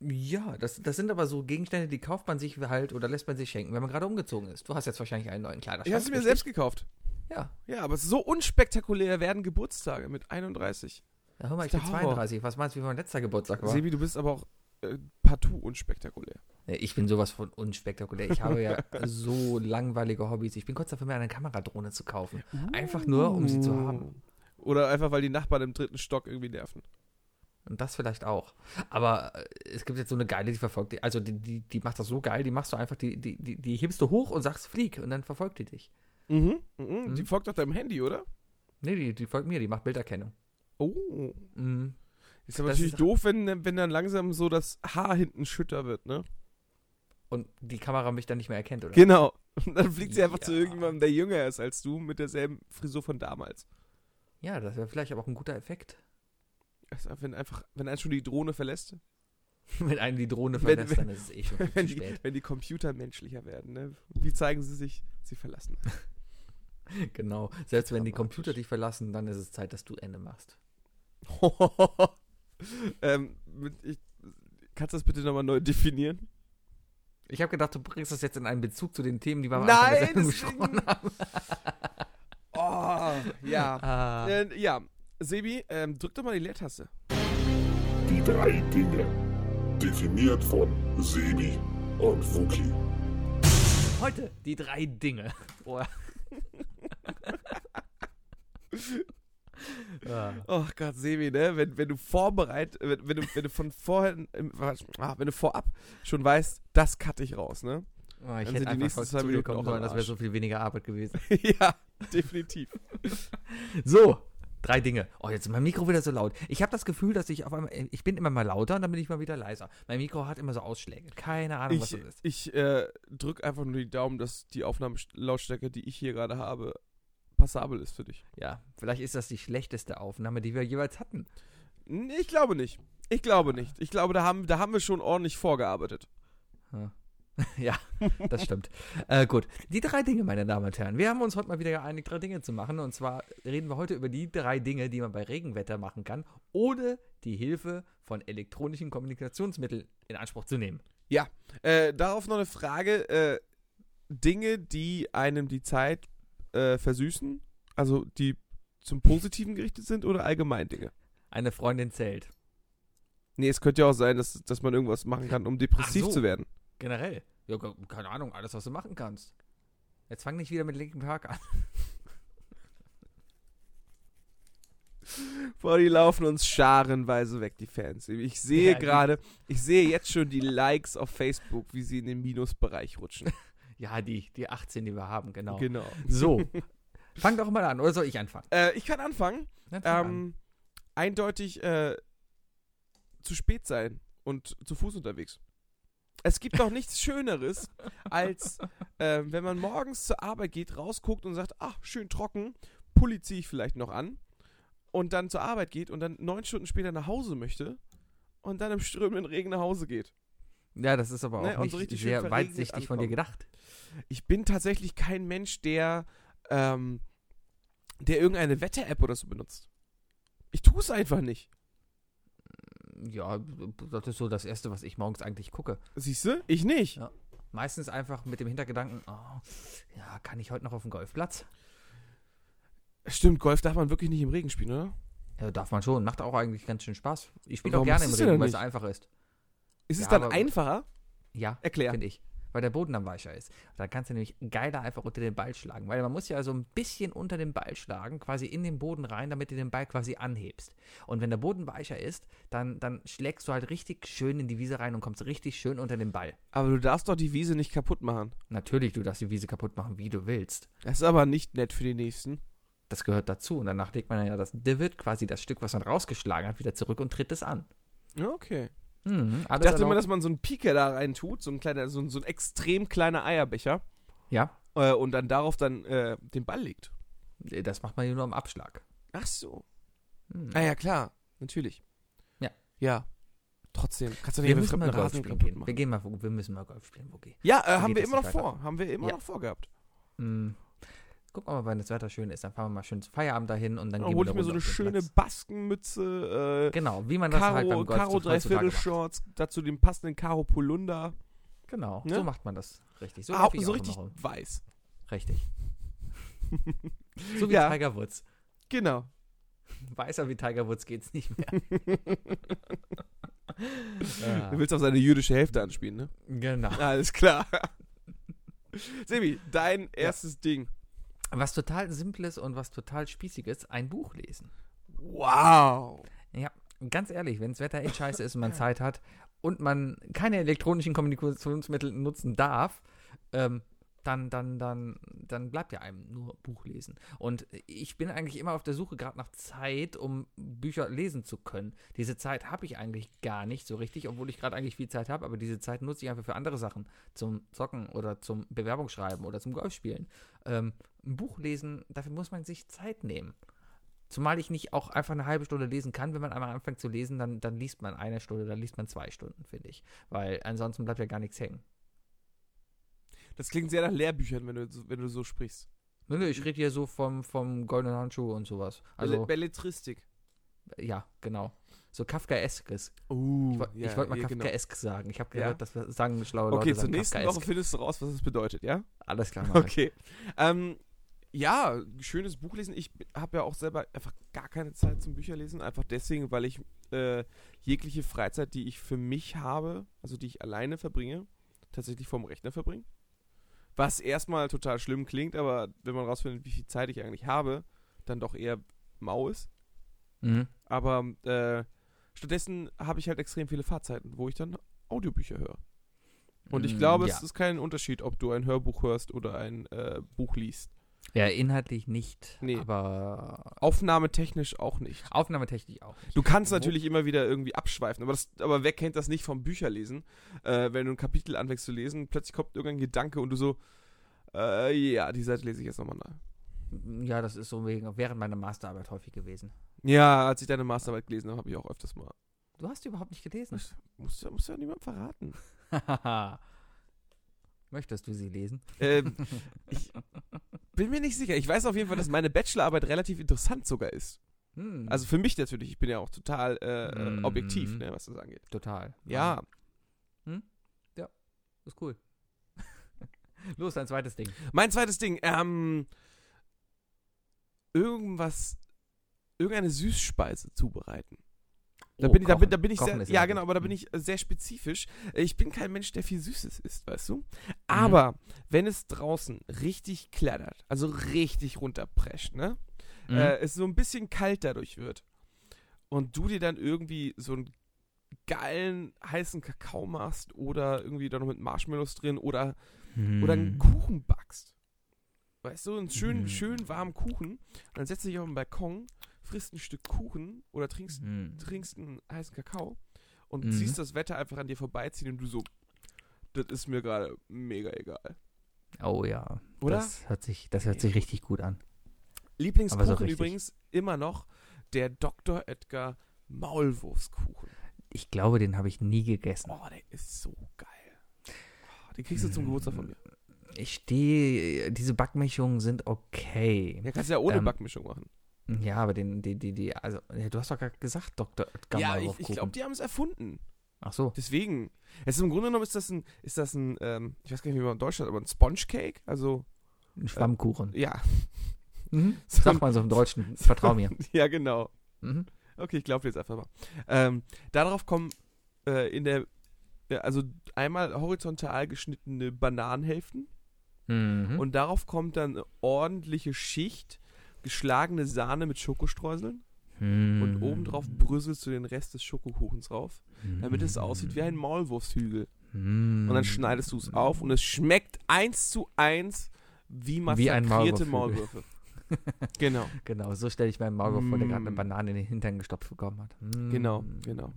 Ja, das, das sind aber so Gegenstände, die kauft man sich halt oder lässt man sich schenken, wenn man gerade umgezogen ist. Du hast jetzt wahrscheinlich einen neuen Kleiderschrank.
Ich habe sie mir
richtig?
selbst gekauft.
Ja.
Ja, aber so unspektakulär werden Geburtstage mit 31.
Ja, hör mal, ich
Ist der
bin
Horror.
32. Was meinst du, wie mein letzter Geburtstag war?
Sebi, du bist aber auch äh, partout unspektakulär.
Nee, Ich bin sowas von unspektakulär. Ich habe ja <laughs> so langweilige Hobbys. Ich bin kurz davor, mir eine Kameradrohne zu kaufen. Einfach nur, um sie zu haben.
Oder einfach, weil die Nachbarn im dritten Stock irgendwie nerven.
Und das vielleicht auch. Aber äh, es gibt jetzt so eine geile, die verfolgt dich. Also die, die, die macht das so geil, die machst du einfach, die, die, die, die hebst du hoch und sagst, flieg. Und dann verfolgt die dich.
Mhm. Mhm. Die
Mhm.
folgt doch deinem Handy, oder?
Nee, die, die folgt mir, die macht Bilderkennung.
Oh.
Mhm.
Ist aber
Das
natürlich
ist-
doof, wenn, wenn dann langsam so das Haar hinten schütter wird, ne?
Und die Kamera mich dann nicht mehr erkennt, oder?
Genau. Und <laughs> dann fliegt sie einfach zu
Ja.
irgendjemandem, der jünger ist als du, mit derselben Frisur von damals.
Ja, das wäre vielleicht aber auch ein guter Effekt. <laughs>
Also wenn einfach, wenn einen schon die Drohne verlässt,
Wenn einen die Drohne
Wenn-
verlässt, dann ist es eh schon viel
<laughs> wenn
zu
die,
spät.
wenn die Computer menschlicher werden, ne? Wie zeigen sie sich? Sie verlassen.
Genau. Selbst wenn die
Dramatisch.
Computer dich verlassen, dann ist es Zeit, dass du Ende machst.
<laughs> ähm, mit, ich, kannst du das bitte nochmal neu definieren?
Ich habe gedacht, du bringst das jetzt in einen Bezug zu den Themen, die wir am Anfang der
Nein,
Sendung
deswegen. <laughs> oh, ja.
Ah.
Äh, ja, Sebi, ähm, drück doch mal die Leertaste.
Die drei Dinge. Definiert von Sebi und Fuki.
Heute die drei Dinge. Oh. ah.
Oh Gott, Sebi, ne? Wenn, wenn du vorbereitet, wenn, wenn, du, wenn du von vorhin, im- ah, wenn du vorab schon weißt, das cutte ich raus, ne? <laughs>
Oh, ich
sind die
hätte einfach
nächsten
kurz
zwei
zu dir
Minuten
kommen
auch
sollen,
am
das wäre
Arsch.
so viel weniger Arbeit gewesen. <laughs>
ja, definitiv.
So, drei Dinge. Oh, jetzt ist mein Mikro wieder so laut. Ich habe das Gefühl, dass ich auf einmal, ich bin immer mal lauter und dann bin ich mal wieder leiser. Mein Mikro hat immer so Ausschläge. Keine Ahnung, was
Ich,
das ist.
ich äh, drück einfach nur die Daumen, dass die Aufnahmelautstärke, die ich hier gerade habe, passabel ist für dich.
Ja, vielleicht ist das die schlechteste Aufnahme, die wir jeweils hatten.
Nee, Ich glaube nicht. Ich glaube nicht. Ich glaube, da haben, da haben wir schon ordentlich vorgearbeitet.
Ja, das stimmt. <laughs> äh, gut, die drei Dinge, meine Damen und Herren. Wir haben uns heute mal wieder geeinigt, drei Dinge zu machen. Und zwar reden wir heute über die drei Dinge, die man bei Regenwetter machen kann, ohne die Hilfe von elektronischen Kommunikationsmitteln in Anspruch zu nehmen.
Äh, darauf noch eine Frage. Äh, Dinge, die einem die Zeit äh, versüßen, also die zum Positiven gerichtet sind oder allgemein Dinge?
Eine Freundin zählt.
Nee, es könnte ja auch sein, dass, dass man irgendwas machen kann, um depressiv
Ach so.
zu werden.
Generell. Ja, ke- keine Ahnung, alles, was du machen kannst. Jetzt fang nicht wieder mit Linkin Park an. <laughs>
Boah, die laufen uns scharenweise weg, die Fans. Ich sehe
Ja, die-
gerade, ich sehe jetzt schon die Likes auf Facebook, wie sie in den Minusbereich rutschen.
Ja, die, die 18, die wir haben, genau.
Genau.
So. <laughs> fang doch mal an, oder soll ich anfangen?
Äh, ich kann anfangen.
Dann fang an.
Ähm, eindeutig äh, zu spät sein und zu Fuß unterwegs. Es gibt
<laughs>
doch nichts Schöneres, als ähm, wenn man morgens zur Arbeit geht, rausguckt und sagt, ach, schön trocken, Pulli ziehe ich vielleicht noch an. Und dann zur Arbeit geht und dann neun Stunden später nach Hause möchte und dann im strömenden Regen nach Hause geht.
Ja, das ist aber auch
Ne, und
nicht
so richtig schön
sehr
verregnet
weitsichtig von dir
ankommen.
gedacht.
ich bin tatsächlich kein Mensch, der, ähm, der irgendeine Wetter-App oder so benutzt. Ich tue es einfach nicht.
Ja, das ist so das Erste, was ich morgens eigentlich gucke.
Siehst du? Ich nicht.
Ja. Meistens einfach mit dem Hintergedanken, oh, ja, kann ich heute noch auf dem Golfplatz?
Stimmt, Golf darf man wirklich nicht im Regen spielen, oder?
Ja, darf man schon, macht auch eigentlich ganz schön Spaß. Ich spiele auch
Warum
gerne im
machst du's denn
Regen,
dann
weil es
nicht?
einfach ist.
Ist es
Ja,
dann
aber-
einfacher?
Ja,
Erklär.
finde ich. Weil der Boden dann weicher ist. Da kannst du nämlich geiler einfach unter den Ball schlagen. Weil man muss ja so ein bisschen unter den Ball schlagen, quasi in den Boden rein, damit du den Ball quasi anhebst. Und wenn der Boden weicher ist, dann, dann schlägst du halt richtig schön in die Wiese rein und kommst richtig schön unter den Ball.
Aber du darfst doch die Wiese nicht kaputt machen.
Natürlich, du darfst die Wiese kaputt machen, wie du willst.
Das ist aber nicht nett für die Nächsten.
Das gehört dazu. Und danach legt man ja das Divid, quasi das Stück, was man rausgeschlagen hat, wieder zurück und tritt es an.
Ja, okay.
Mhm, alles
Ich dachte immer,
erlaubt.
dass man so einen Pike da rein tut, so ein kleiner, so ein, so ein extrem kleiner Eierbecher
Ja,
äh, und dann darauf dann äh, den Ball legt.
das macht man ja nur am Abschlag.
Ach so.
Hm.
Ah ja, klar. Natürlich.
Ja.
Ja. Trotzdem. Kannst du
Wir
nicht
müssen mal
fremden
Golf
Rasen
spielen
kaputt
gehen. Wir,
machen.
gehen mal, wir müssen mal Golf spielen, Wookie.
Ja, äh,
So
haben
geht
wir
es
immer noch
nicht weiter.
vor. Haben wir immer
Ja.
noch vorgehabt.
Mm. Gucken wir mal, wenn das Wetter schön ist. Dann fahren wir mal schön zu Feierabend dahin und dann
Dann
gehen
hole
wir
ich mir so
eine
eine
Runde auf den Platz.
schöne Baskenmütze, äh,
Genau, wie man das halt
Karo,
beim Golf
Karo
so heutzutage
Dreiviertel
macht.
Shorts, dazu den passenden Karo Polunder.
Genau,
Ne?
so macht man das richtig. So,
Au-
laufe ich
so
auch
richtig
immer rum.
weiß. <laughs>
Richtig. So wie
Ja.
Tiger Woods.
Genau.
Weißer wie Tiger Woods geht's nicht mehr. Äh,
Du willst auf seine jüdische Hälfte
<laughs>
anspielen, ne?
Genau.
Alles klar. <laughs> Sebi, dein erstes Ding.
Was total Simples und was total Spießiges, ein Buch lesen.
Wow.
Ja, ganz ehrlich, wenn das Wetter echt scheiße ist und man Zeit hat und man keine elektronischen Kommunikationsmittel nutzen darf, ähm, dann, dann, dann, dann bleibt ja einem nur Buch lesen. Und ich bin eigentlich immer auf der Suche gerade nach Zeit, um Bücher lesen zu können. Diese Zeit habe ich eigentlich gar nicht so richtig, obwohl ich gerade eigentlich viel Zeit habe, aber diese Zeit nutze ich einfach für andere Sachen. Zum Zocken oder zum Bewerbungsschreiben oder zum Golfspielen. Ähm, ein Buch lesen, dafür muss man sich Zeit nehmen. Zumal ich nicht auch einfach eine halbe Stunde lesen kann. Wenn man einmal anfängt zu lesen, dann, dann liest man eine Stunde, dann liest man zwei Stunden, finde ich. Weil ansonsten bleibt ja gar nichts hängen.
Das klingt sehr nach Lehrbüchern, wenn du, so- wenn du so sprichst.
Nö, nö, ich rede hier so vom, vom goldenen Handschuh und sowas.
Also,
Also,
Belletristik.
ja, genau. So Kafkaeskes. Ich,
Uh,
woll- ich wollte mal Kafkaesk sagen. Ich habe
Ja.
gehört, dass wir sagen schlaue
Okay,
Leute
zur
sagen
nächsten
Kafkaesk.
Woche findest du raus, was es bedeutet, ja?
Alles klar, okay.
Okay. Ähm, ja, schönes Buch lesen. Ich habe ja auch selber einfach gar keine Zeit zum Bücherlesen. Einfach deswegen, weil ich äh, jegliche Freizeit, die ich für mich habe, also die ich alleine verbringe, tatsächlich vorm Rechner verbringe. Was erstmal total schlimm klingt, aber wenn man rausfindet, wie viel Zeit ich eigentlich habe, dann doch eher mau ist.
Mhm.
Aber äh, stattdessen habe ich halt extrem viele Fahrzeiten, wo ich dann Audiobücher höre. Und ich
Mm,
glaube,
ja.
es ist kein Unterschied, ob du ein Hörbuch hörst oder ein äh, Buch liest.
Ja, inhaltlich nicht,
Nee.
aber
Aufnahmetechnisch auch nicht.
aufnahmetechnisch auch nicht.
Du kannst
Wo-
natürlich immer wieder irgendwie abschweifen, aber, das, aber wer kennt das nicht vom Bücherlesen? Äh, wenn du ein Kapitel anfängst zu lesen, plötzlich kommt irgendein Gedanke und du so, äh, ja, die Seite lese ich jetzt nochmal nach.
Ja, das ist so wegen, während meiner Masterarbeit häufig gewesen.
Ja, als ich deine Masterarbeit gelesen habe, habe ich auch öfters mal.
Du hast die überhaupt nicht gelesen.
Musst du musst du ja niemandem verraten.
<laughs> Möchtest du sie lesen?
ähm, ich bin mir nicht sicher. Ich weiß auf jeden Fall, dass meine Bachelorarbeit relativ interessant sogar ist.
Hm,
Also für mich natürlich. Ich bin ja auch total äh, äh,
Mhm.
objektiv, ne, was das angeht.
total.
Ja,
Ist cool. <laughs> Los, dein zweites Ding.
Mein zweites Ding, ähm, irgendwas irgendeine Süßspeise zubereiten. Da
Oh,
bin, ich, da,
kochen.
bin, da bin ich
Kochen
sehr,
ist immer
ja
gut. Mhm.
genau, aber da bin ich äh, sehr spezifisch. Äh, Ich bin kein Mensch, der viel Süßes isst, weißt
Mhm.
du? Aber wenn es draußen richtig klettert, also richtig runterprescht, ne?
Mhm.
äh, es so ein bisschen kalt dadurch wird und du dir dann irgendwie so einen geilen heißen Kakao machst oder irgendwie dann noch mit Marshmallows drin oder,
Mhm.
oder einen Kuchen backst. Weißt du, einen schönen,
Mhm.
schönen warmen Kuchen. Und dann setzt du dich auf den Balkon, frisst ein Stück Kuchen oder trinkst,
Mhm.
trinkst einen heißen Kakao und
Mhm.
siehst das Wetter einfach an dir vorbeiziehen und du so, das ist mir gerade mega egal.
Oh ja.
Oder?
Das hört sich, das hört sich richtig gut an.
Lieblingskuchen
Aber so richtig.
übrigens immer noch der Dr. Edgar Maulwurfskuchen.
Ich glaube, den habe ich nie gegessen.
Oh, der ist so geil. Oh, den kriegst du zum Geburtstag von mir.
Ich stehe, diese Backmischungen sind okay.
Ja, kannst du ja ohne
Ähm,
Backmischung machen.
Ja, aber den, die, die, die, also, ja, du hast doch gerade gesagt, Dr. Oetker
Ja,
mal
ich, ich
draufgucken.
glaube, die haben es erfunden.
Ach so.
Deswegen. Es ist Im Grunde genommen ist das ein, ist das ein ähm, ich weiß gar nicht, wie man in Deutschland, aber ein Sponge Cake. Also,
Ein Schwammkuchen.
ja.
Mhm.
so
Sagt
<laughs> ein-
man so im Deutschen. Vertrau <laughs> mir.
ja, genau.
Mhm.
Okay, ich glaube jetzt einfach mal. Ähm, darauf kommen äh, in der, ja, also einmal horizontal geschnittene Bananenhälften.
Mhm.
Und darauf kommt dann eine ordentliche Schicht geschlagene Sahne mit Schokostreuseln. Und
Mhm.
obendrauf bröselst du den Rest des Schokokuchens drauf, damit es aussieht wie ein Maulwurfshügel.
Mhm.
Und dann schneidest du es auf und es schmeckt eins zu eins wie
Wie ein
massakrierte
Maulwurfshügel. <laughs>
Maulwürfe. Genau,
Genau, so stelle ich meinen Maulwurf vor, der gerade eine
Mm.
Banane in den Hintern gestopft bekommen hat. Mm.
Genau, genau.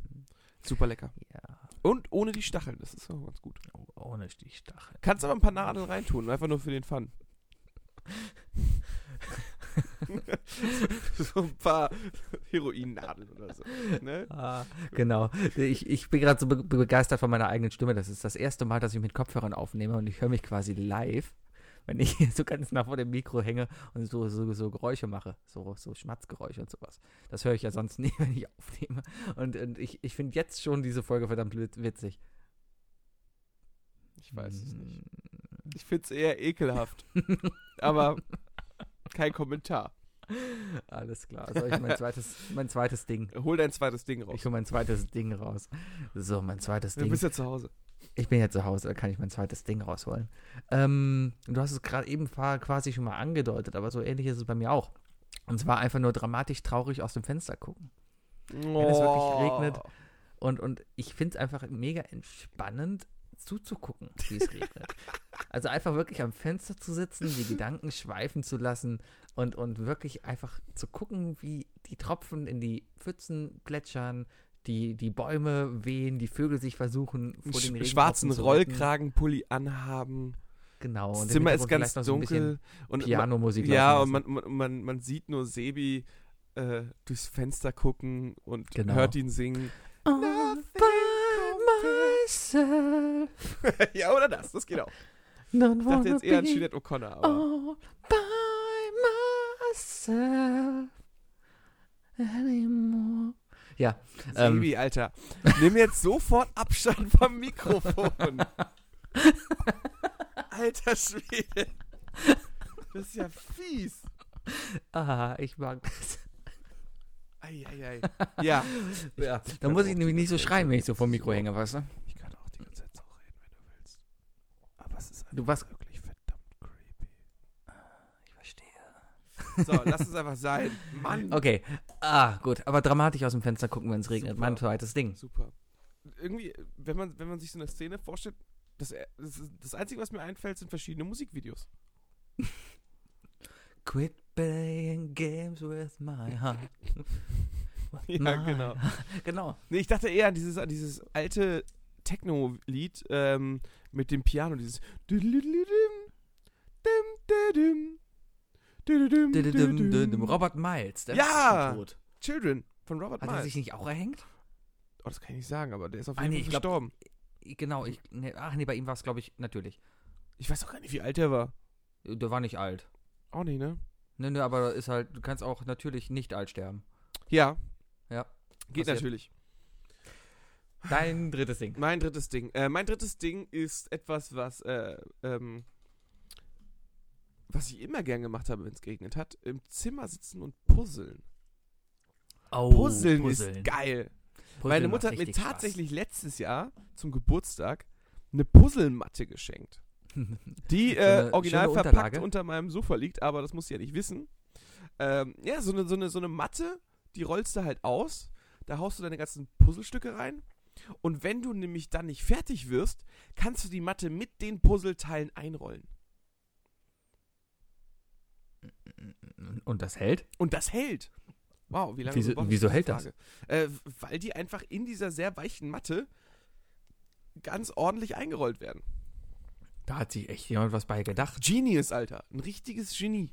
super lecker.
Ja,
Und ohne die Stacheln, das ist auch ganz gut.
oh, ohne die Stacheln.
Kannst aber ein paar Nadeln reintun, einfach nur für
<laughs>
den Fun. so ein paar Heroinnadeln oder so. Ne?
Ah, genau. Ich, ich bin gerade so be begeistert von meiner eigenen Stimme. Das ist das erste Mal, dass ich mit Kopfhörern aufnehme und ich höre mich quasi live, wenn ich so ganz nah vor dem Mikro hänge und so, so, so Geräusche mache, so, so Schmatzgeräusche und sowas. Das höre ich ja sonst <laughs> nie, wenn ich aufnehme. Und, und ich, ich finde jetzt schon diese Folge verdammt wit- witzig.
Ich weiß es nicht.
Mhm.
Ich finde es eher ekelhaft,
<laughs>
aber kein Kommentar.
Alles klar. Soll ich mein zweites, mein zweites Ding?
Hol dein zweites Ding raus.
Ich hole mein zweites Ding raus. So, mein zweites
Du
Ding.
bist ja zu Hause.
Ich bin ja zu Hause, da kann ich mein zweites Ding rausholen. Ähm, du hast es gerade eben fa- quasi schon mal angedeutet, aber so ähnlich ist es bei mir auch. Und zwar einfach nur dramatisch traurig aus dem Fenster gucken. es wirklich regnet,
Oh.
Und, und ich finde es einfach mega entspannend zuzugucken, wie es regnet. also einfach wirklich am Fenster zu sitzen,
<laughs>
die Gedanken schweifen zu lassen und, und wirklich einfach zu gucken, wie die Tropfen in die Pfützen plätschern, die, die Bäume wehen, die Vögel sich versuchen, vor
einen
den
sch-
Regentropfen
schwarzen
zu retten.
Rollkragenpulli anhaben.
Genau.
Das
und im
Zimmer ist
Hintergrund
ganz
vielleicht noch so ein bisschen
dunkel. und
Pianomusik.
man, ja,
laufen
und
lassen.
man, man, man, man sieht nur Sebi äh, durchs Fenster gucken und
Genau.
hört ihn singen. <laughs>
All by myself.
ja, oder das, das geht auch.
Don't
Ich dachte
wanna
jetzt eher an
be
Juliette O'Connor, aber
all by myself anymore. Ja, ähm,
Sebi, Alter, nimm jetzt sofort Abstand
<laughs>
vom Mikrofon. Alter Schwede. Das ist ja fies.
ah, ich mag das.
Eieiei.
Ja,
Ja. ich
da
kann
muss
auch
ich
die
nämlich nicht so
ganze Zeit
schreien, wenn ich
so-
so vom Mikro hänge, weißt du?
Ich kann auch die ganze Zeit so reden, wenn du willst. Aber es ist
Du warst.
wirklich verdammt creepy.
Ich verstehe.
So, lass es einfach sein. Mann.
Okay, ah, gut, aber dramatisch aus dem Fenster gucken, wenn es regnet.
Super.
Mein zweites Ding.
Super. Irgendwie, wenn man, wenn man sich so eine Szene vorstellt, das, äh, das, ist- das Einzige, was mir einfällt, sind verschiedene Musikvideos. <laughs>
Quit playing games with my heart.
Ja,
Nein.
genau.
Genau.
Nee, ich dachte eher an dieses, an dieses alte Techno-Lied ähm, mit dem Piano, dieses Düdelüdelüdüm, dim, düdüm, düdüdüm,
Düdüdüm, düdüm.
düdüm.
Robert Miles, der
Ja!
ist schon tot.
Children von Robert
Hat er
Miles.
sich nicht auch erhängt?
Oh, das kann ich nicht sagen, aber der ist auf
Ah,
jeden
nee,
Fall
ich glaub-
gestorben.
Genau, ich. Nee, ach nee, bei ihm war es, glaube ich, natürlich.
Ich weiß auch gar nicht, wie alt er war.
Der war nicht alt.
Auch nicht, ne?
Ne, ne, aber ist halt, du kannst auch natürlich nicht alt sterben.
Ja.
Ja.
Geht
Passiert.
natürlich.
Dein drittes Ding.
Mein drittes Ding. Äh, mein drittes Ding ist etwas, was, äh, ähm, was ich immer gern gemacht habe, wenn es geregnet hat. Im Zimmer sitzen und puzzeln.
Oh,
Puzzeln,
Puzzeln.
ist geil.
Puzzeln
Meine
macht
Mutter hat mir
richtig Spaß.
tatsächlich letztes Jahr zum Geburtstag eine
<laughs>
Puzzlematte geschenkt. Die äh,
eine
original
schöne
verpackt
Unterlage.
unter meinem Sofa liegt, aber das muss sie ja nicht wissen. Ähm, ja, so eine, so, eine, so eine Matte, die rollst du halt aus, da haust du deine ganzen Puzzlestücke rein. Und wenn du nämlich dann nicht fertig wirst, kannst du die Matte mit den Puzzleteilen einrollen.
Und das hält?
Und das hält. Wow, wie lange
Wieso-
gebraucht
wieso
hast du
hält
diese Frage? Äh, weil die einfach in dieser sehr weichen Matte ganz ordentlich eingerollt werden.
Da hat sich echt jemand was bei gedacht.
Genius, Alter. Ein richtiges Genie.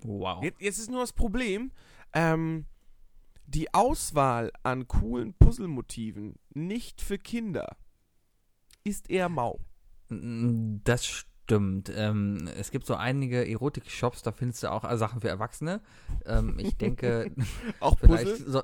Wow.
Jetzt, jetzt ist nur das Problem, ähm, die Auswahl an coolen Puzzlemotiven nicht für Kinder ist eher mau.
<laughs> Mm, Das stimmt. Ähm, es gibt so einige Erotik-Shops, da findest du auch äh, Sachen für Erwachsene. Ähm, ich
<laughs>
denke,
Auch
vielleicht
Puzzle.
so,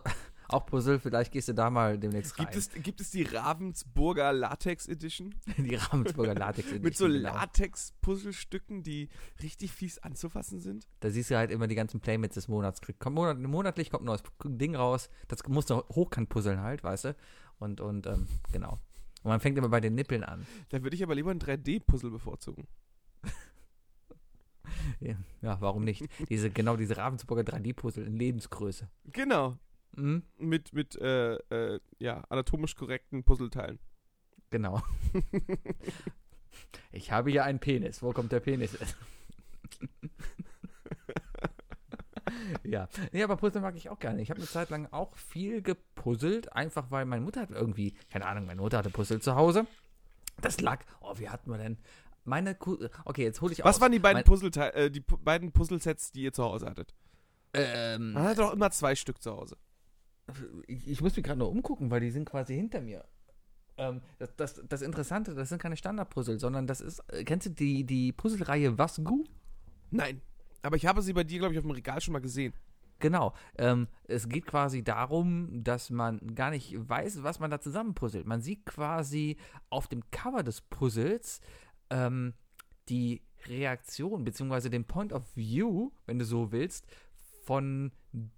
auch Puzzle, vielleicht gehst du da mal demnächst
Gibt
rein.
es, gibt es die Ravensburger Latex Edition?
<laughs> Die Ravensburger Latex
<laughs> Mit so
Edition, genau.
Latex-Puzzlestücken, die richtig fies anzufassen sind?
Da siehst du halt immer die ganzen Playmates des Monats. Krieg- Kommt monat, monatlich kommt ein neues Ding raus. Das musst du hochkant puzzeln halt, weißt du? Und, und ähm, genau. Und man fängt immer bei den Nippeln an.
Da würde ich aber lieber ein 3D-Puzzle bevorzugen.
Ja, warum nicht? Diese, genau diese Ravensburger 3D-Puzzle in Lebensgröße.
Genau.
Mhm,
Mit, mit äh, äh, ja, anatomisch korrekten Puzzleteilen. <laughs>
genau. Ich habe hier einen Penis. Wo kommt der Penis?
<laughs>
ja. Nee, aber Puzzle mag ich auch gerne. Ich habe eine Zeit lang auch viel gepuzzelt, einfach weil meine Mutter hat irgendwie, keine Ahnung, meine Mutter hatte Puzzle zu Hause. Das lag, oh, wie hatten wir denn? Meine, Ku okay, jetzt hole ich
Was
aus.
waren die beiden
Mein-
Puzzleteile, äh, die pu- beiden Puzzlesets, die ihr zu Hause hattet?
Ähm,
Man hatte doch immer zwei Stück zu Hause.
ich, ich muss mich gerade nur umgucken, weil die sind quasi hinter mir. Ähm, das, das, das Interessante, das sind keine Standardpuzzle, sondern das ist, äh, kennst du die, die Puzzlereihe Was Gu?
Nein. Aber ich habe sie bei dir, glaube ich, auf dem Regal schon mal gesehen.
Genau. Ähm, es geht quasi darum, dass man gar nicht weiß, was man da zusammenpuzzelt. Man sieht quasi auf dem Cover des Puzzles ähm, die Reaktion, beziehungsweise den Point of View, wenn du so willst, von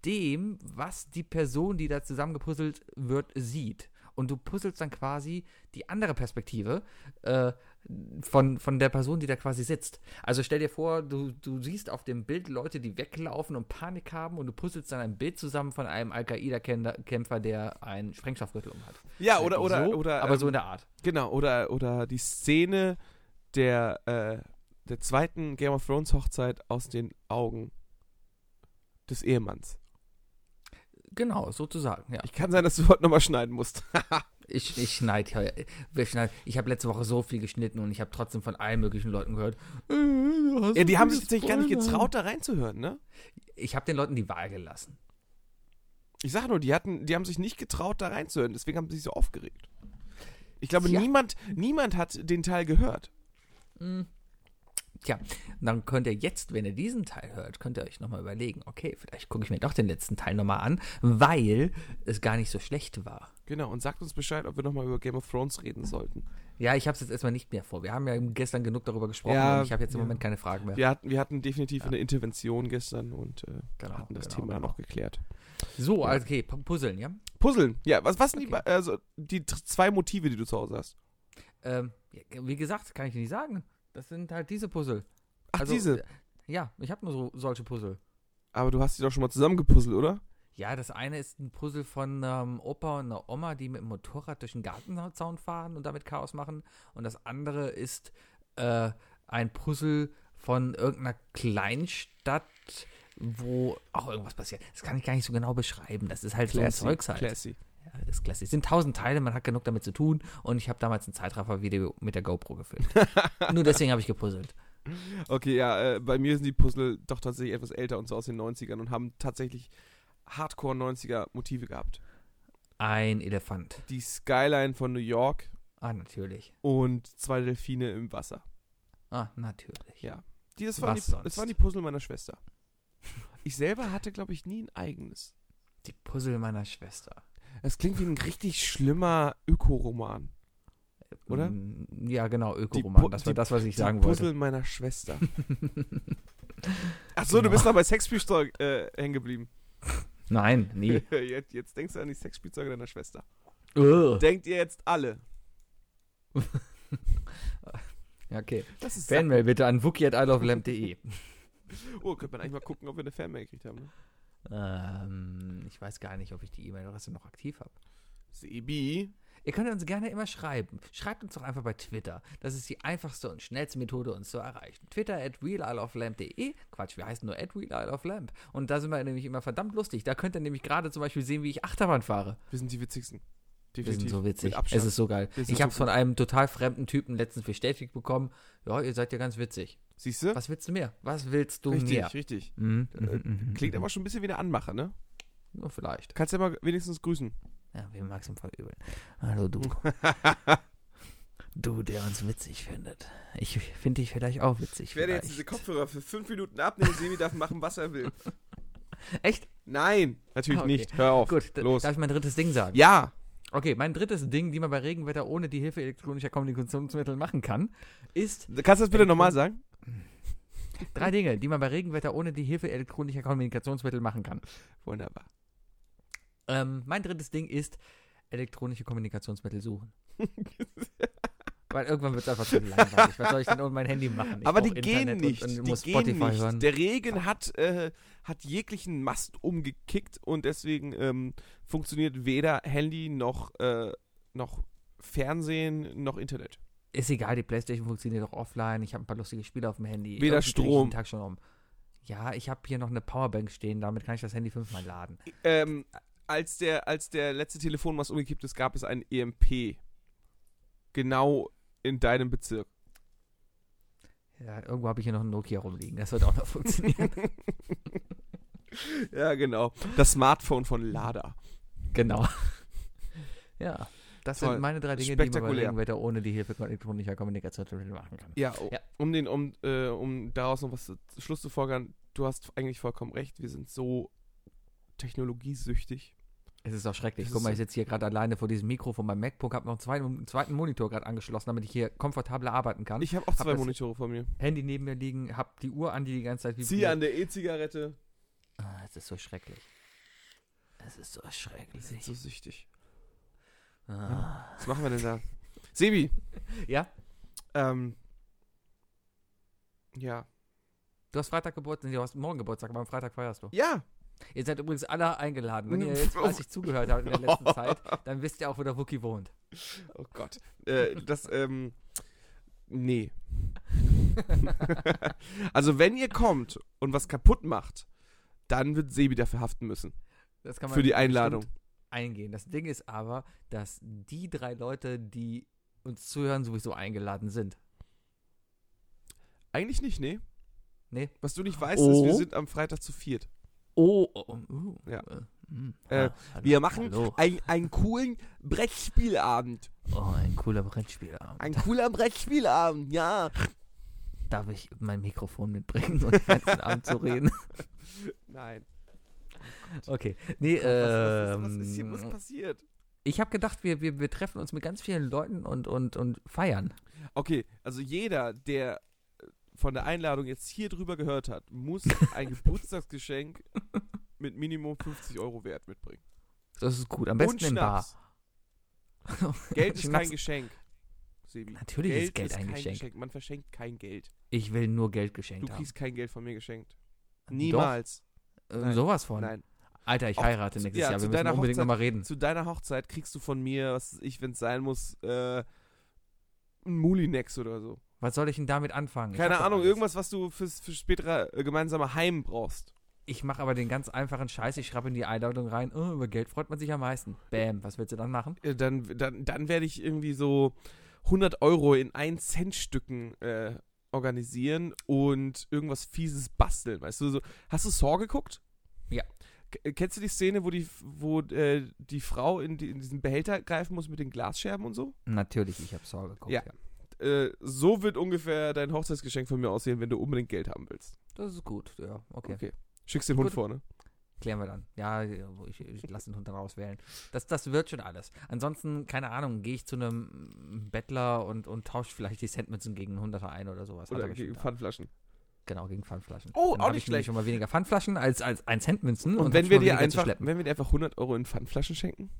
dem, was die Person, die da zusammengepuzzelt wird, sieht. Und du puzzelst dann quasi die andere Perspektive äh, von, von der Person, die da quasi sitzt. Also stell dir vor, du, du siehst auf dem Bild Leute, die weglaufen und Panik haben und du puzzelst dann ein Bild zusammen von einem Al-Qaida-Kämpfer, der einen Sprengstoffgürtel um hat.
Ja, oder, oder,
so,
oder.
Aber
ähm,
so in der Art.
Genau, oder, oder die Szene der, äh, der zweiten Game of Thrones Hochzeit aus den Augen des Ehemanns.
Genau, sozusagen, ja.
Ich kann sein, dass du <laughs> heute nochmal schneiden musst.
Ich, ich schneide ja. Wir schneiden. Ich habe letzte Woche so viel geschnitten und ich habe trotzdem von allen möglichen Leuten gehört. "Äh, du hast
ja, die
so
haben
viel
sich tatsächlich gar nicht
gespoilert."
getraut, da reinzuhören, ne?
Ich habe den Leuten die Wahl gelassen.
Ich sag nur, die hatten, die haben sich nicht getraut, da reinzuhören, deswegen haben sie sich so aufgeregt. Ich glaube,
Tja.
niemand, niemand hat den Teil gehört.
Mm. Tja, und dann könnt ihr jetzt, wenn ihr diesen Teil hört, könnt ihr euch nochmal überlegen, okay, vielleicht gucke ich mir doch den letzten Teil nochmal an, weil es gar nicht so schlecht war.
Genau, und sagt uns Bescheid, ob wir nochmal über Game of Thrones reden sollten.
Ja, ich habe es jetzt erstmal nicht mehr vor. Wir haben ja gestern genug darüber gesprochen
Ja,
und ich habe jetzt im
ja.
Moment keine Fragen mehr.
Wir hatten, wir hatten definitiv eine Intervention gestern und äh,
Genau,
hatten das
genau,
Thema
genau.
noch geklärt.
So, also, okay, P- Puzzeln, ja?
Puzzeln, ja. Was, was sind die,
Okay.
be- also die tr- zwei Motive, die du zu Hause hast?
Ähm, ja, wie gesagt, kann ich nicht sagen. Das sind halt diese Puzzle.
Ach,
Also, äh,
diese.
Ja, ich habe nur so, solche Puzzle.
Aber du hast die doch schon mal zusammengepuzzelt, oder?
Ja, das eine ist ein Puzzle von einem Opa und einer Oma, die mit dem Motorrad durch den Gartenzaun fahren und damit Chaos machen. Und das andere ist äh, ein Puzzle von irgendeiner Kleinstadt, wo auch irgendwas passiert. Das kann ich gar nicht so genau beschreiben. Das ist halt so ein Zeugs halt.
Classy.
Ja, das ist klasse. Es sind tausend Teile, man hat genug damit zu tun. Und ich habe damals ein Zeitraffer-Video mit der GoPro gefilmt. Nur deswegen habe ich gepuzzelt.
Okay, ja, äh, bei mir sind die Puzzle doch tatsächlich etwas älter und so aus den 90ern und haben tatsächlich Hardcore 90er Motive gehabt.
Ein Elefant.
Die Skyline von New York
Ah, natürlich.
und zwei Delfine im Wasser.
Ah, natürlich.
Ja. Die, das, waren
Was
die, das
sonst?
waren die Puzzle meiner Schwester. Ich selber hatte, glaube ich, nie ein eigenes.
Die Puzzle meiner Schwester.
Das klingt wie ein richtig schlimmer Ökoroman. Oder?
Mm, Ja, genau,
Die Pu-
Ökoroman. Das war
die-
das, was ich
Die
sagen
Puzzle
wollte.
meiner Schwester. <laughs> Ach so, du
Genau.
bist noch bei Sexspielzeug äh, hängen geblieben.
<laughs> Nein, nie.
<laughs> jetzt, jetzt denkst du an die Sexspielzeuge deiner Schwester.
<laughs> Ugh.
Denkt ihr jetzt alle?
Ja, okay.
Das ist
Fanmail bitte an wookie.isleoflamp.de.
Oh, könnte man eigentlich mal gucken, ob wir eine Fanmail gekriegt haben. Ne?
ähm, ich weiß gar nicht, ob ich die E-Mail-Adresse noch aktiv habe.
Sebi.
Ihr könnt uns gerne immer schreiben. Schreibt uns doch einfach bei Twitter. Das ist die einfachste und schnellste Methode, uns zu erreichen. Twitter at realisleoflamp.de. Quatsch, wir heißen nur at realisleoflamp. Und da sind wir nämlich immer verdammt lustig. Da könnt ihr nämlich gerade zum Beispiel sehen, wie ich Achterbahn fahre.
Wir sind die witzigsten.
Wir sind so witzig.
Mit Abstand.
Es ist so geil.
Wir sind
Ich
so
habe es
gut.
von einem total fremden Typen letztens bestätigt bekommen. Ja, ihr seid ja ganz witzig.
Siehst du?
Was willst du mehr? Was willst du
Richtig,
mehr?
richtig.
Mhm.
Klingt aber schon ein bisschen wie eine Anmache, ne?
Ja, vielleicht.
Kannst ja mal wenigstens grüßen.
Ja, wir mag es im Fall übel. Hallo <laughs> du. du, der uns witzig findet. Ich finde dich vielleicht auch witzig.
Ich werde
vielleicht.
jetzt diese Kopfhörer für fünf Minuten abnehmen. Sebi darf machen, was er will.
Echt?
Nein, natürlich
Ah, okay.
nicht. Hör auf.
Gut, da-
los.
darf ich mein drittes Ding sagen?
Ja,
Okay, mein drittes Ding, die man bei Regenwetter ohne die Hilfe elektronischer Kommunikationsmittel machen kann, ist
kannst du das bitte nochmal sagen?
drei Dinge, die man bei Regenwetter ohne die Hilfe elektronischer Kommunikationsmittel machen kann.
Wunderbar. <laughs>
Ähm, mein drittes Ding ist elektronische Kommunikationsmittel suchen. Weil irgendwann wird es einfach zu langweilig. Was soll ich denn ohne mein Handy machen? Ich
Aber
brauch
die gehen
Internet
nicht.
Und, und
die
muss
gehen
Spotify
nicht.
hören.
Der Regen hat, äh, hat jeglichen Mast umgekickt und deswegen ähm, funktioniert weder Handy noch, äh, noch Fernsehen noch Internet.
Ist egal, die Playstation funktioniert auch offline. Ich habe ein paar lustige Spiele auf dem Handy.
Weder
Irgendwie krieg ich
Strom.
jeden Tag schon um. Ja, ich habe hier noch eine Powerbank stehen, damit kann ich das Handy fünfmal laden.
Ähm, als, der, als der letzte Telefonmast umgekippt ist, gab es einen EMP. Genau in deinem Bezirk. <laughs>
Ja, irgendwo habe ich hier noch ein Nokia rumliegen. Das wird auch noch <laughs> funktionieren.
Ja, genau. Das Smartphone von Lada.
genau. Ja, das
Toll.
sind meine drei Dinge, die man bei
Spektakulär.
Regenwetter ohne die Hilfe elektronischer Kommunikationsmittel machen kann.
Ja, o-
Ja.
um den, um, äh, um daraus noch was zu, zu Schluss zu folgern, du hast eigentlich vollkommen recht, wir sind so technologiesüchtig.
Es ist auch schrecklich.
Das
Guck
ist
mal,
so-
ich sitze hier gerade alleine vor diesem Mikro von meinem MacBook, habe noch einen zweiten, einen zweiten Monitor gerade angeschlossen, damit ich hier komfortabler arbeiten kann.
Ich habe auch
Hab
zwei
das-
Monitore vor mir.
Handy neben mir liegen, habe die Uhr an, die die ganze Zeit
Zieh an der E-Zigarette.
Ah, es ist so schrecklich. Es ist so
Wir sind
schrecklich.
so süchtig.
Ah.
Was machen wir denn da? Sebi,
Ja,
ähm, ja.
du hast Freitag Geburtstag, nee, du hast morgen Geburtstag, aber am Freitag feierst du.
Ja!
Ihr seid übrigens alle eingeladen. Wenn ihr
<laughs>
jetzt fleißig zugehört habt in der letzten Zeit, dann wisst ihr auch, wo der Wookie wohnt.
Oh Gott. Äh, das, ähm,
<laughs>
nee. <laughs> also, wenn ihr kommt und was kaputt macht, dann wird Sebi dafür haften müssen.
Das kann man
Für die
bestimmt
Einladung.
eingehen. Das Ding ist aber, dass die drei Leute, die uns zuhören, sowieso eingeladen sind.
Eigentlich nicht, nee.
Nee.
Was du nicht weißt,
Oh.
ist, wir sind am Freitag zu viert.
Oh, oh, oh, uh,
Ja.
äh, mm,
Äh,
ah, hallo,
wir machen
hallo.
Ein, einen coolen Brettspielabend.
Oh, ein cooler Brettspielabend.
Ein cooler Brettspielabend, ja.
Darf ich mein Mikrofon mitbringen und den
<laughs>
ganzen Abend zu reden?
<laughs> Nein.
Okay. Nee,
was,
ähm,
was, was ist hier was passiert?
ich habe gedacht, wir, wir, wir treffen uns mit ganz vielen Leuten und, und, und feiern.
Okay, also jeder, der äh, von der Einladung jetzt hier drüber gehört hat, muss ein Geburtstagsgeschenk mit Minimum 50 Euro Wert mitbringen.
Das ist gut. Am besten
Und
im Bar.
Schnaps. Geld ist kein
Schnaps.
Geschenk.
<laughs>
Sebi.
Natürlich ist Geld ein
kein
Geschenk. Genau.
Man verschenkt kein Geld.
Ich will nur Geld geschenkt
Du
haben.
kriegst kein Geld von mir geschenkt. Niemals.
Äh,
Nein.
Sowas von.
Nein.
Alter, ich
Auch
heirate
zu-
nächstes
ja,
Jahr.
zu
Wir müssen
deiner
unbedingt
Hochzeit-
nochmal reden.
Zu deiner Hochzeit kriegst du von mir, was weiß ich, wenn es sein muss, äh, ein Mulinex oder so.
Was soll ich denn damit anfangen? Ich hab
Keine
doch
Ahnung,
alles.
irgendwas, was du fürs, für spätere äh, gemeinsame Heim brauchst.
Ich mache aber den ganz einfachen Scheiß. Ich schreibe in die Einladung rein. Oh, über Geld freut man sich am meisten. Bäm. Was willst du dann machen?
Äh, Dann, dann, dann werde ich irgendwie so 100 Euro in 1 Cent Stücken äh, organisieren und irgendwas Fieses basteln. Weißt du, so, hast du Saw geguckt?
Ja.
K äh, kennst du die Szene, wo die, wo, äh, die Frau in, die, in diesen Behälter greifen muss mit den Glasscherben und so?
Natürlich, ich habe Sorge geguckt.
Ja. Äh, so wird ungefähr dein Hochzeitsgeschenk von mir aussehen, wenn du unbedingt Geld haben willst.
Das ist gut. Ja, okay.
Okay. Schickst den Hund
Gut.
vorne.
Klären wir dann. Ja, ich, ich lasse den Hund dann auswählen. Das, das wird schon alles. Ansonsten, keine Ahnung, gehe ich zu einem Bettler und, und tausche vielleicht die Centmünzen gegen einen Hunderter ein oder sowas. Hat er
Oder
bestimmt
Pfandflaschen.
da. genau, gegen Pfandflaschen.
Oh,
Dann
auch
hab
nicht
ich nämlich
schlecht.
schon mal weniger Pfandflaschen als, als 1 Cent Münzen.
Und,
hab
wenn
Hm, schon
wir
mal
dir
weniger zu
einfach,
schleppen.
wenn wir dir einfach 100 Euro in Pfandflaschen schenken?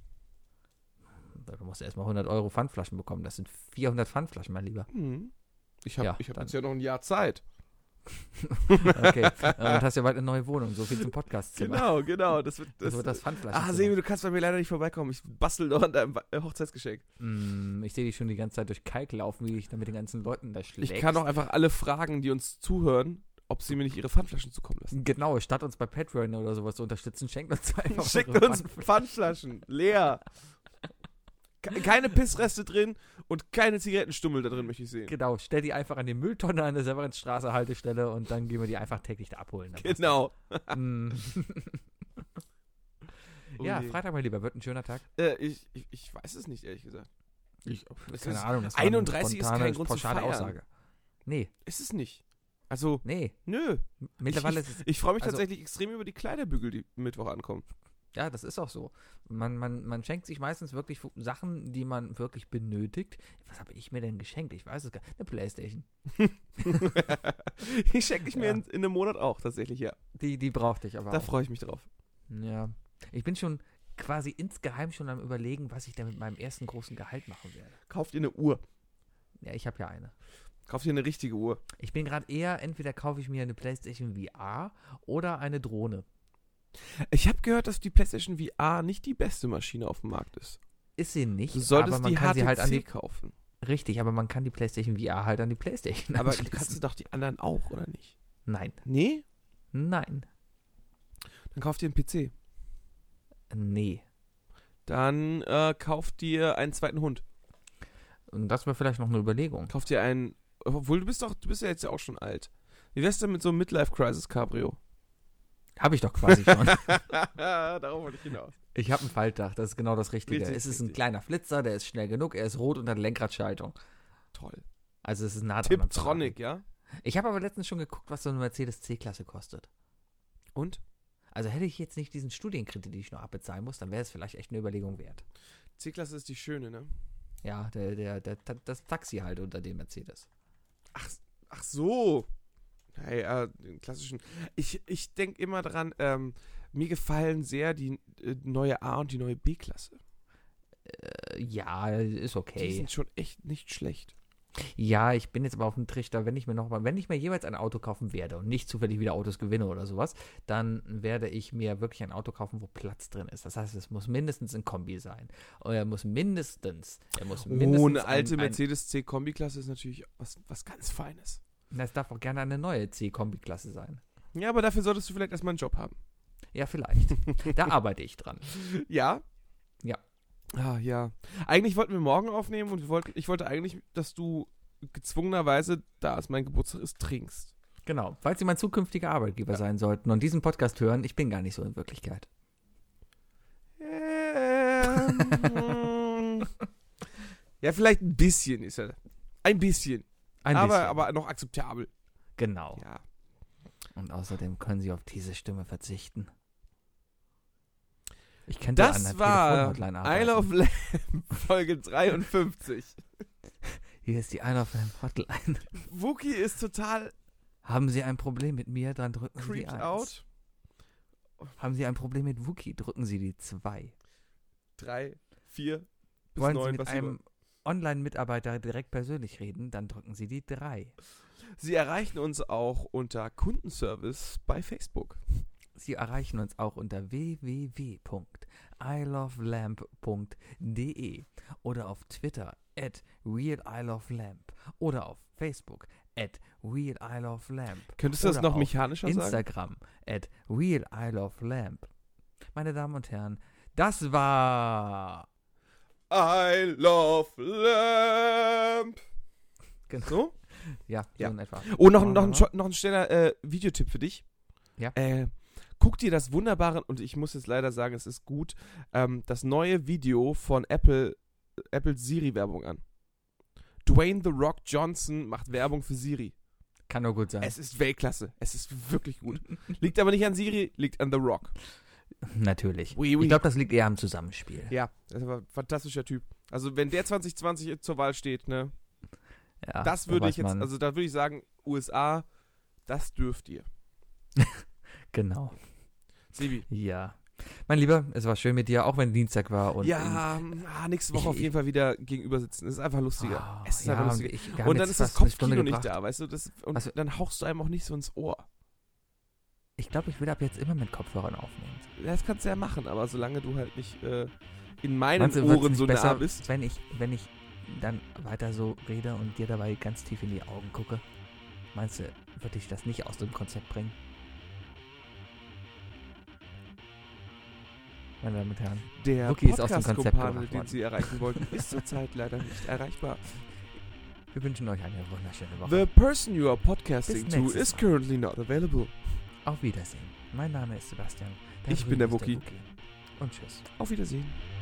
Du musst erstmal 100 Euro Pfandflaschen bekommen. Das sind 400 Pfandflaschen, mein Lieber.
Hm. Ich habe
Ja,
ich hab
dann-
jetzt ja noch ein Jahr Zeit.
Okay. Äh, und hast ja bald eine neue Wohnung. So viel zum Podcastzimmer. <laughs>
Genau, genau. Das wird
Das wird
das,
Also das genau. Pfandflaschen.
Ah, Sebi, du kannst bei mir leider nicht vorbeikommen. Ich bastel noch an deinem Wa- äh, Hochzeitsgeschenk.
mm, ich sehe dich schon die ganze Zeit durch Kalk laufen, wie ich da mit den ganzen Leuten da schlägst.
Ich kann auch einfach alle fragen, die uns zuhören, ob sie mir nicht ihre Pfandflaschen zukommen
<laughs> <laughs>
lassen.
Genau, statt uns bei Patreon oder sowas zu unterstützen, schenkt uns einfach
<laughs> Schickt
eure
uns
Pfandflaschen.
Pfandflaschen, leer. Ke- Keine Pissreste drin und keine Zigarettenstummel da drin möchte ich sehen.
Genau, stell die einfach an die Mülltonne an der Severinstraße Haltestelle und dann gehen wir die einfach täglich da abholen. Dann passt
Genau.
das.
<laughs>
Mm.
Oh
ja,
je.
Freitag, mein Lieber, wird ein schöner Tag.
Äh, ich, ich, ich weiß es nicht, ehrlich gesagt.
Ich,
Das
keine
ist-
Ahnung, das
31 ist kein Grund zu
pauschale
feiern.
Aussage. Nee,
Ist es nicht. Also,
nee.
nö.
M- Mittlerweile ist es,
Ich freue mich
Also-
tatsächlich extrem über die Kleiderbügel, die Mittwoch <laughs> ankommen.
ja, das ist auch so. Man, man, man schenkt sich meistens wirklich fu- Sachen, die man wirklich benötigt. Was habe ich mir denn geschenkt? Ich weiß es gar nicht. Eine Playstation.
die schenke ich mir
Ja.
in, in einem Monat auch tatsächlich, ja.
Die, die brauchte ich aber
Da
auch.
freue ich mich drauf.
Ja. Ich bin schon quasi insgeheim schon am überlegen, was ich da mit meinem ersten großen Gehalt machen werde.
Kauft ihr eine Uhr.
Ja, ich habe ja eine.
Kauft ihr eine richtige Uhr.
Ich bin gerade eher, entweder kaufe ich mir eine PlayStation VR oder eine Drohne.
Ich habe gehört, dass die PlayStation VR nicht die beste Maschine auf dem Markt ist.
Ist sie nicht,
Du solltest
aber man
die
kann
HTC
sie halt an die
kaufen.
richtig, aber man kann die PlayStation VR halt an die PlayStation
Aber
anschließen.
kannst du doch die anderen auch, oder nicht?
Nein,
Nee?
nein,
Dann kauft ihr einen PC.
nee.
Dann äh, kauft ihr einen zweiten Hund.
Und das wäre vielleicht noch eine Überlegung.
Kauft ihr einen. Obwohl, du bist doch, du bist ja jetzt ja auch schon alt. Wie wär's denn mit so einem Midlife-Crisis-Cabrio?
Habe ich doch quasi schon.
<laughs> Darauf wollte ich hinaus.
<laughs> Ich habe ein Faltdach, das ist genau das Richtige.
Richtig,
es ist ein
richtig.
kleiner Flitzer, der ist schnell genug, er ist rot und hat Lenkradschaltung.
Toll.
Also es ist nah dran am Ferrari.
Tiptronic, ja?
Ich habe aber letztens schon geguckt, was so eine Mercedes C-Klasse kostet.
Und?
Also hätte ich jetzt nicht diesen Studienkredit, den ich noch abbezahlen muss, dann wäre es vielleicht echt eine Überlegung wert.
C-Klasse ist die schöne, ne?
Ja, der, der, der, Ta- das Taxi halt unter dem Mercedes.
Ach so. Naja, den klassischen. Ich, ich denke immer dran, ähm, mir gefallen sehr die äh, neue A- und die neue B-Klasse.
Äh, ja, ist
Die
okay.
sind schon echt nicht schlecht.
Ja, ich bin jetzt aber auf dem Trichter, wenn ich mir nochmal, wenn ich mir jeweils ein Auto kaufen werde und nicht zufällig wieder Autos gewinne oder sowas, dann werde ich mir wirklich ein Auto kaufen, wo Platz drin ist. Das heißt, es muss mindestens ein Kombi sein. Und er muss mindestens, er muss mindestens
Oh, eine alte
ein, ein,
Mercedes C-Kombi-Klasse ist natürlich was, was ganz Feines.
Das darf auch gerne eine neue C-Kombi-Klasse sein.
Ja, aber dafür solltest du vielleicht erstmal einen Job haben.
Ja, vielleicht.
<laughs>
da arbeite ich dran.
Ja?
Ja.
Ah, ja. Eigentlich wollten wir morgen aufnehmen und wir wollten, ich wollte eigentlich, dass du gezwungenerweise, da es mein Geburtstag
<laughs>
ist, trinkst.
Genau. Falls Sie mein zukünftiger Arbeitgeber sein sollten und diesen Podcast hören, ich bin gar nicht so in Wirklichkeit.
Ähm, ja, vielleicht ein bisschen ist er. Ein bisschen.
Ein
aber,
bisschen.
aber noch akzeptabel.
Genau.
Ja.
Und außerdem können Sie auf diese Stimme verzichten. Ich könnte an
Das
der
war
Telefonhotline arbeiten.
Isle of Lamb <laughs> Folge 53.
Hier ist die Isle of Lamb Hotline. <laughs>
Wookie ist total
Haben Sie ein Problem mit mir, dann drücken Sie die
creeped
1.
out.
Haben Sie ein Problem mit Wookie, drücken Sie die 2.
Drei, vier, bis
Wollen Sie
neun,
mit
was immer.
einem Online-Mitarbeiter direkt persönlich reden, dann drücken Sie die 3.
Sie erreichen uns auch unter Kundenservice bei Facebook.
Sie erreichen uns auch unter www.ilovelamp.de E oder auf Twitter at realilovelamp oder auf Facebook at realilovelamp,
Könntest du das
Oder
noch
auf
mechanischer sagen?
Instagram at realilovelamp. Meine Damen und Herren, das war...
I love Lamp.
Genau.
So?
Ja,
Ja.
so in etwa.
Oh, noch,
Machen
ein- noch,
wir
ein,
mal.
Scho- noch ein schneller äh, Videotipp für dich.
Ja.
Äh, guck dir das wunderbare, und ich muss jetzt leider sagen, es ist gut, ähm, das neue Video von Apple, Apple Siri-Werbung an. Dwayne The Rock Johnson macht Werbung für Siri.
Kann nur gut sein.
Es ist Weltklasse. Es ist wirklich gut. Liegt aber nicht an Siri, liegt an The Rock.
Natürlich.
Oui, oui.
Ich glaube, das liegt eher am Zusammenspiel.
Ja, das war ein fantastischer Typ. Also wenn der 2020 zur Wahl steht, ne,
Ja,
das
da
würde
weiß
ich jetzt,
man-
also da würde ich sagen, USA, Das dürft ihr.
Genau.
Sebi.
Ja. Mein Lieber, es war schön mit dir, auch wenn Dienstag war. Und
ja, ähm, ah, nächste Woche
Ich-
auf jeden Fall wieder gegenüber sitzen. Das ist einfach lustiger.
Ah,
Es ist
ja,
einfach
und
lustiger.
ich- wir haben
und dann
jetzt
ist das
fast eine Stunde
Kopfkino nicht
gebracht.
da, weißt du? Das, und
Also-
dann hauchst du einem auch nicht so ins Ohr.
Ich glaube, ich will ab jetzt immer mit Kopfhörern aufnehmen.
Das kannst du ja machen, aber solange du halt nicht äh, in meinen
Meinst du, wird's
Ohren
nicht
so nah
besser,
bist.
Wenn ich, wenn ich dann weiter so rede und dir dabei ganz tief in die Augen gucke, meinst du, würde ich das nicht aus dem Konzept bringen? Meine Damen und Herren.
Der
Wookie ist aus dem Konzept
Podcast-Kumpane,
gebracht
den
worden.
sie erreichen wollten,
<laughs>
ist zurzeit leider nicht erreichbar.
Wir wünschen euch eine wunderschöne
The
Woche.
person you are podcasting
Bis
to
nächstes Mal.
is currently not available.
Auf Wiedersehen. Mein Name ist Sebastian.
Ich
drüben
bin der
ist
Wookie.
Und tschüss.
Auf Wiedersehen.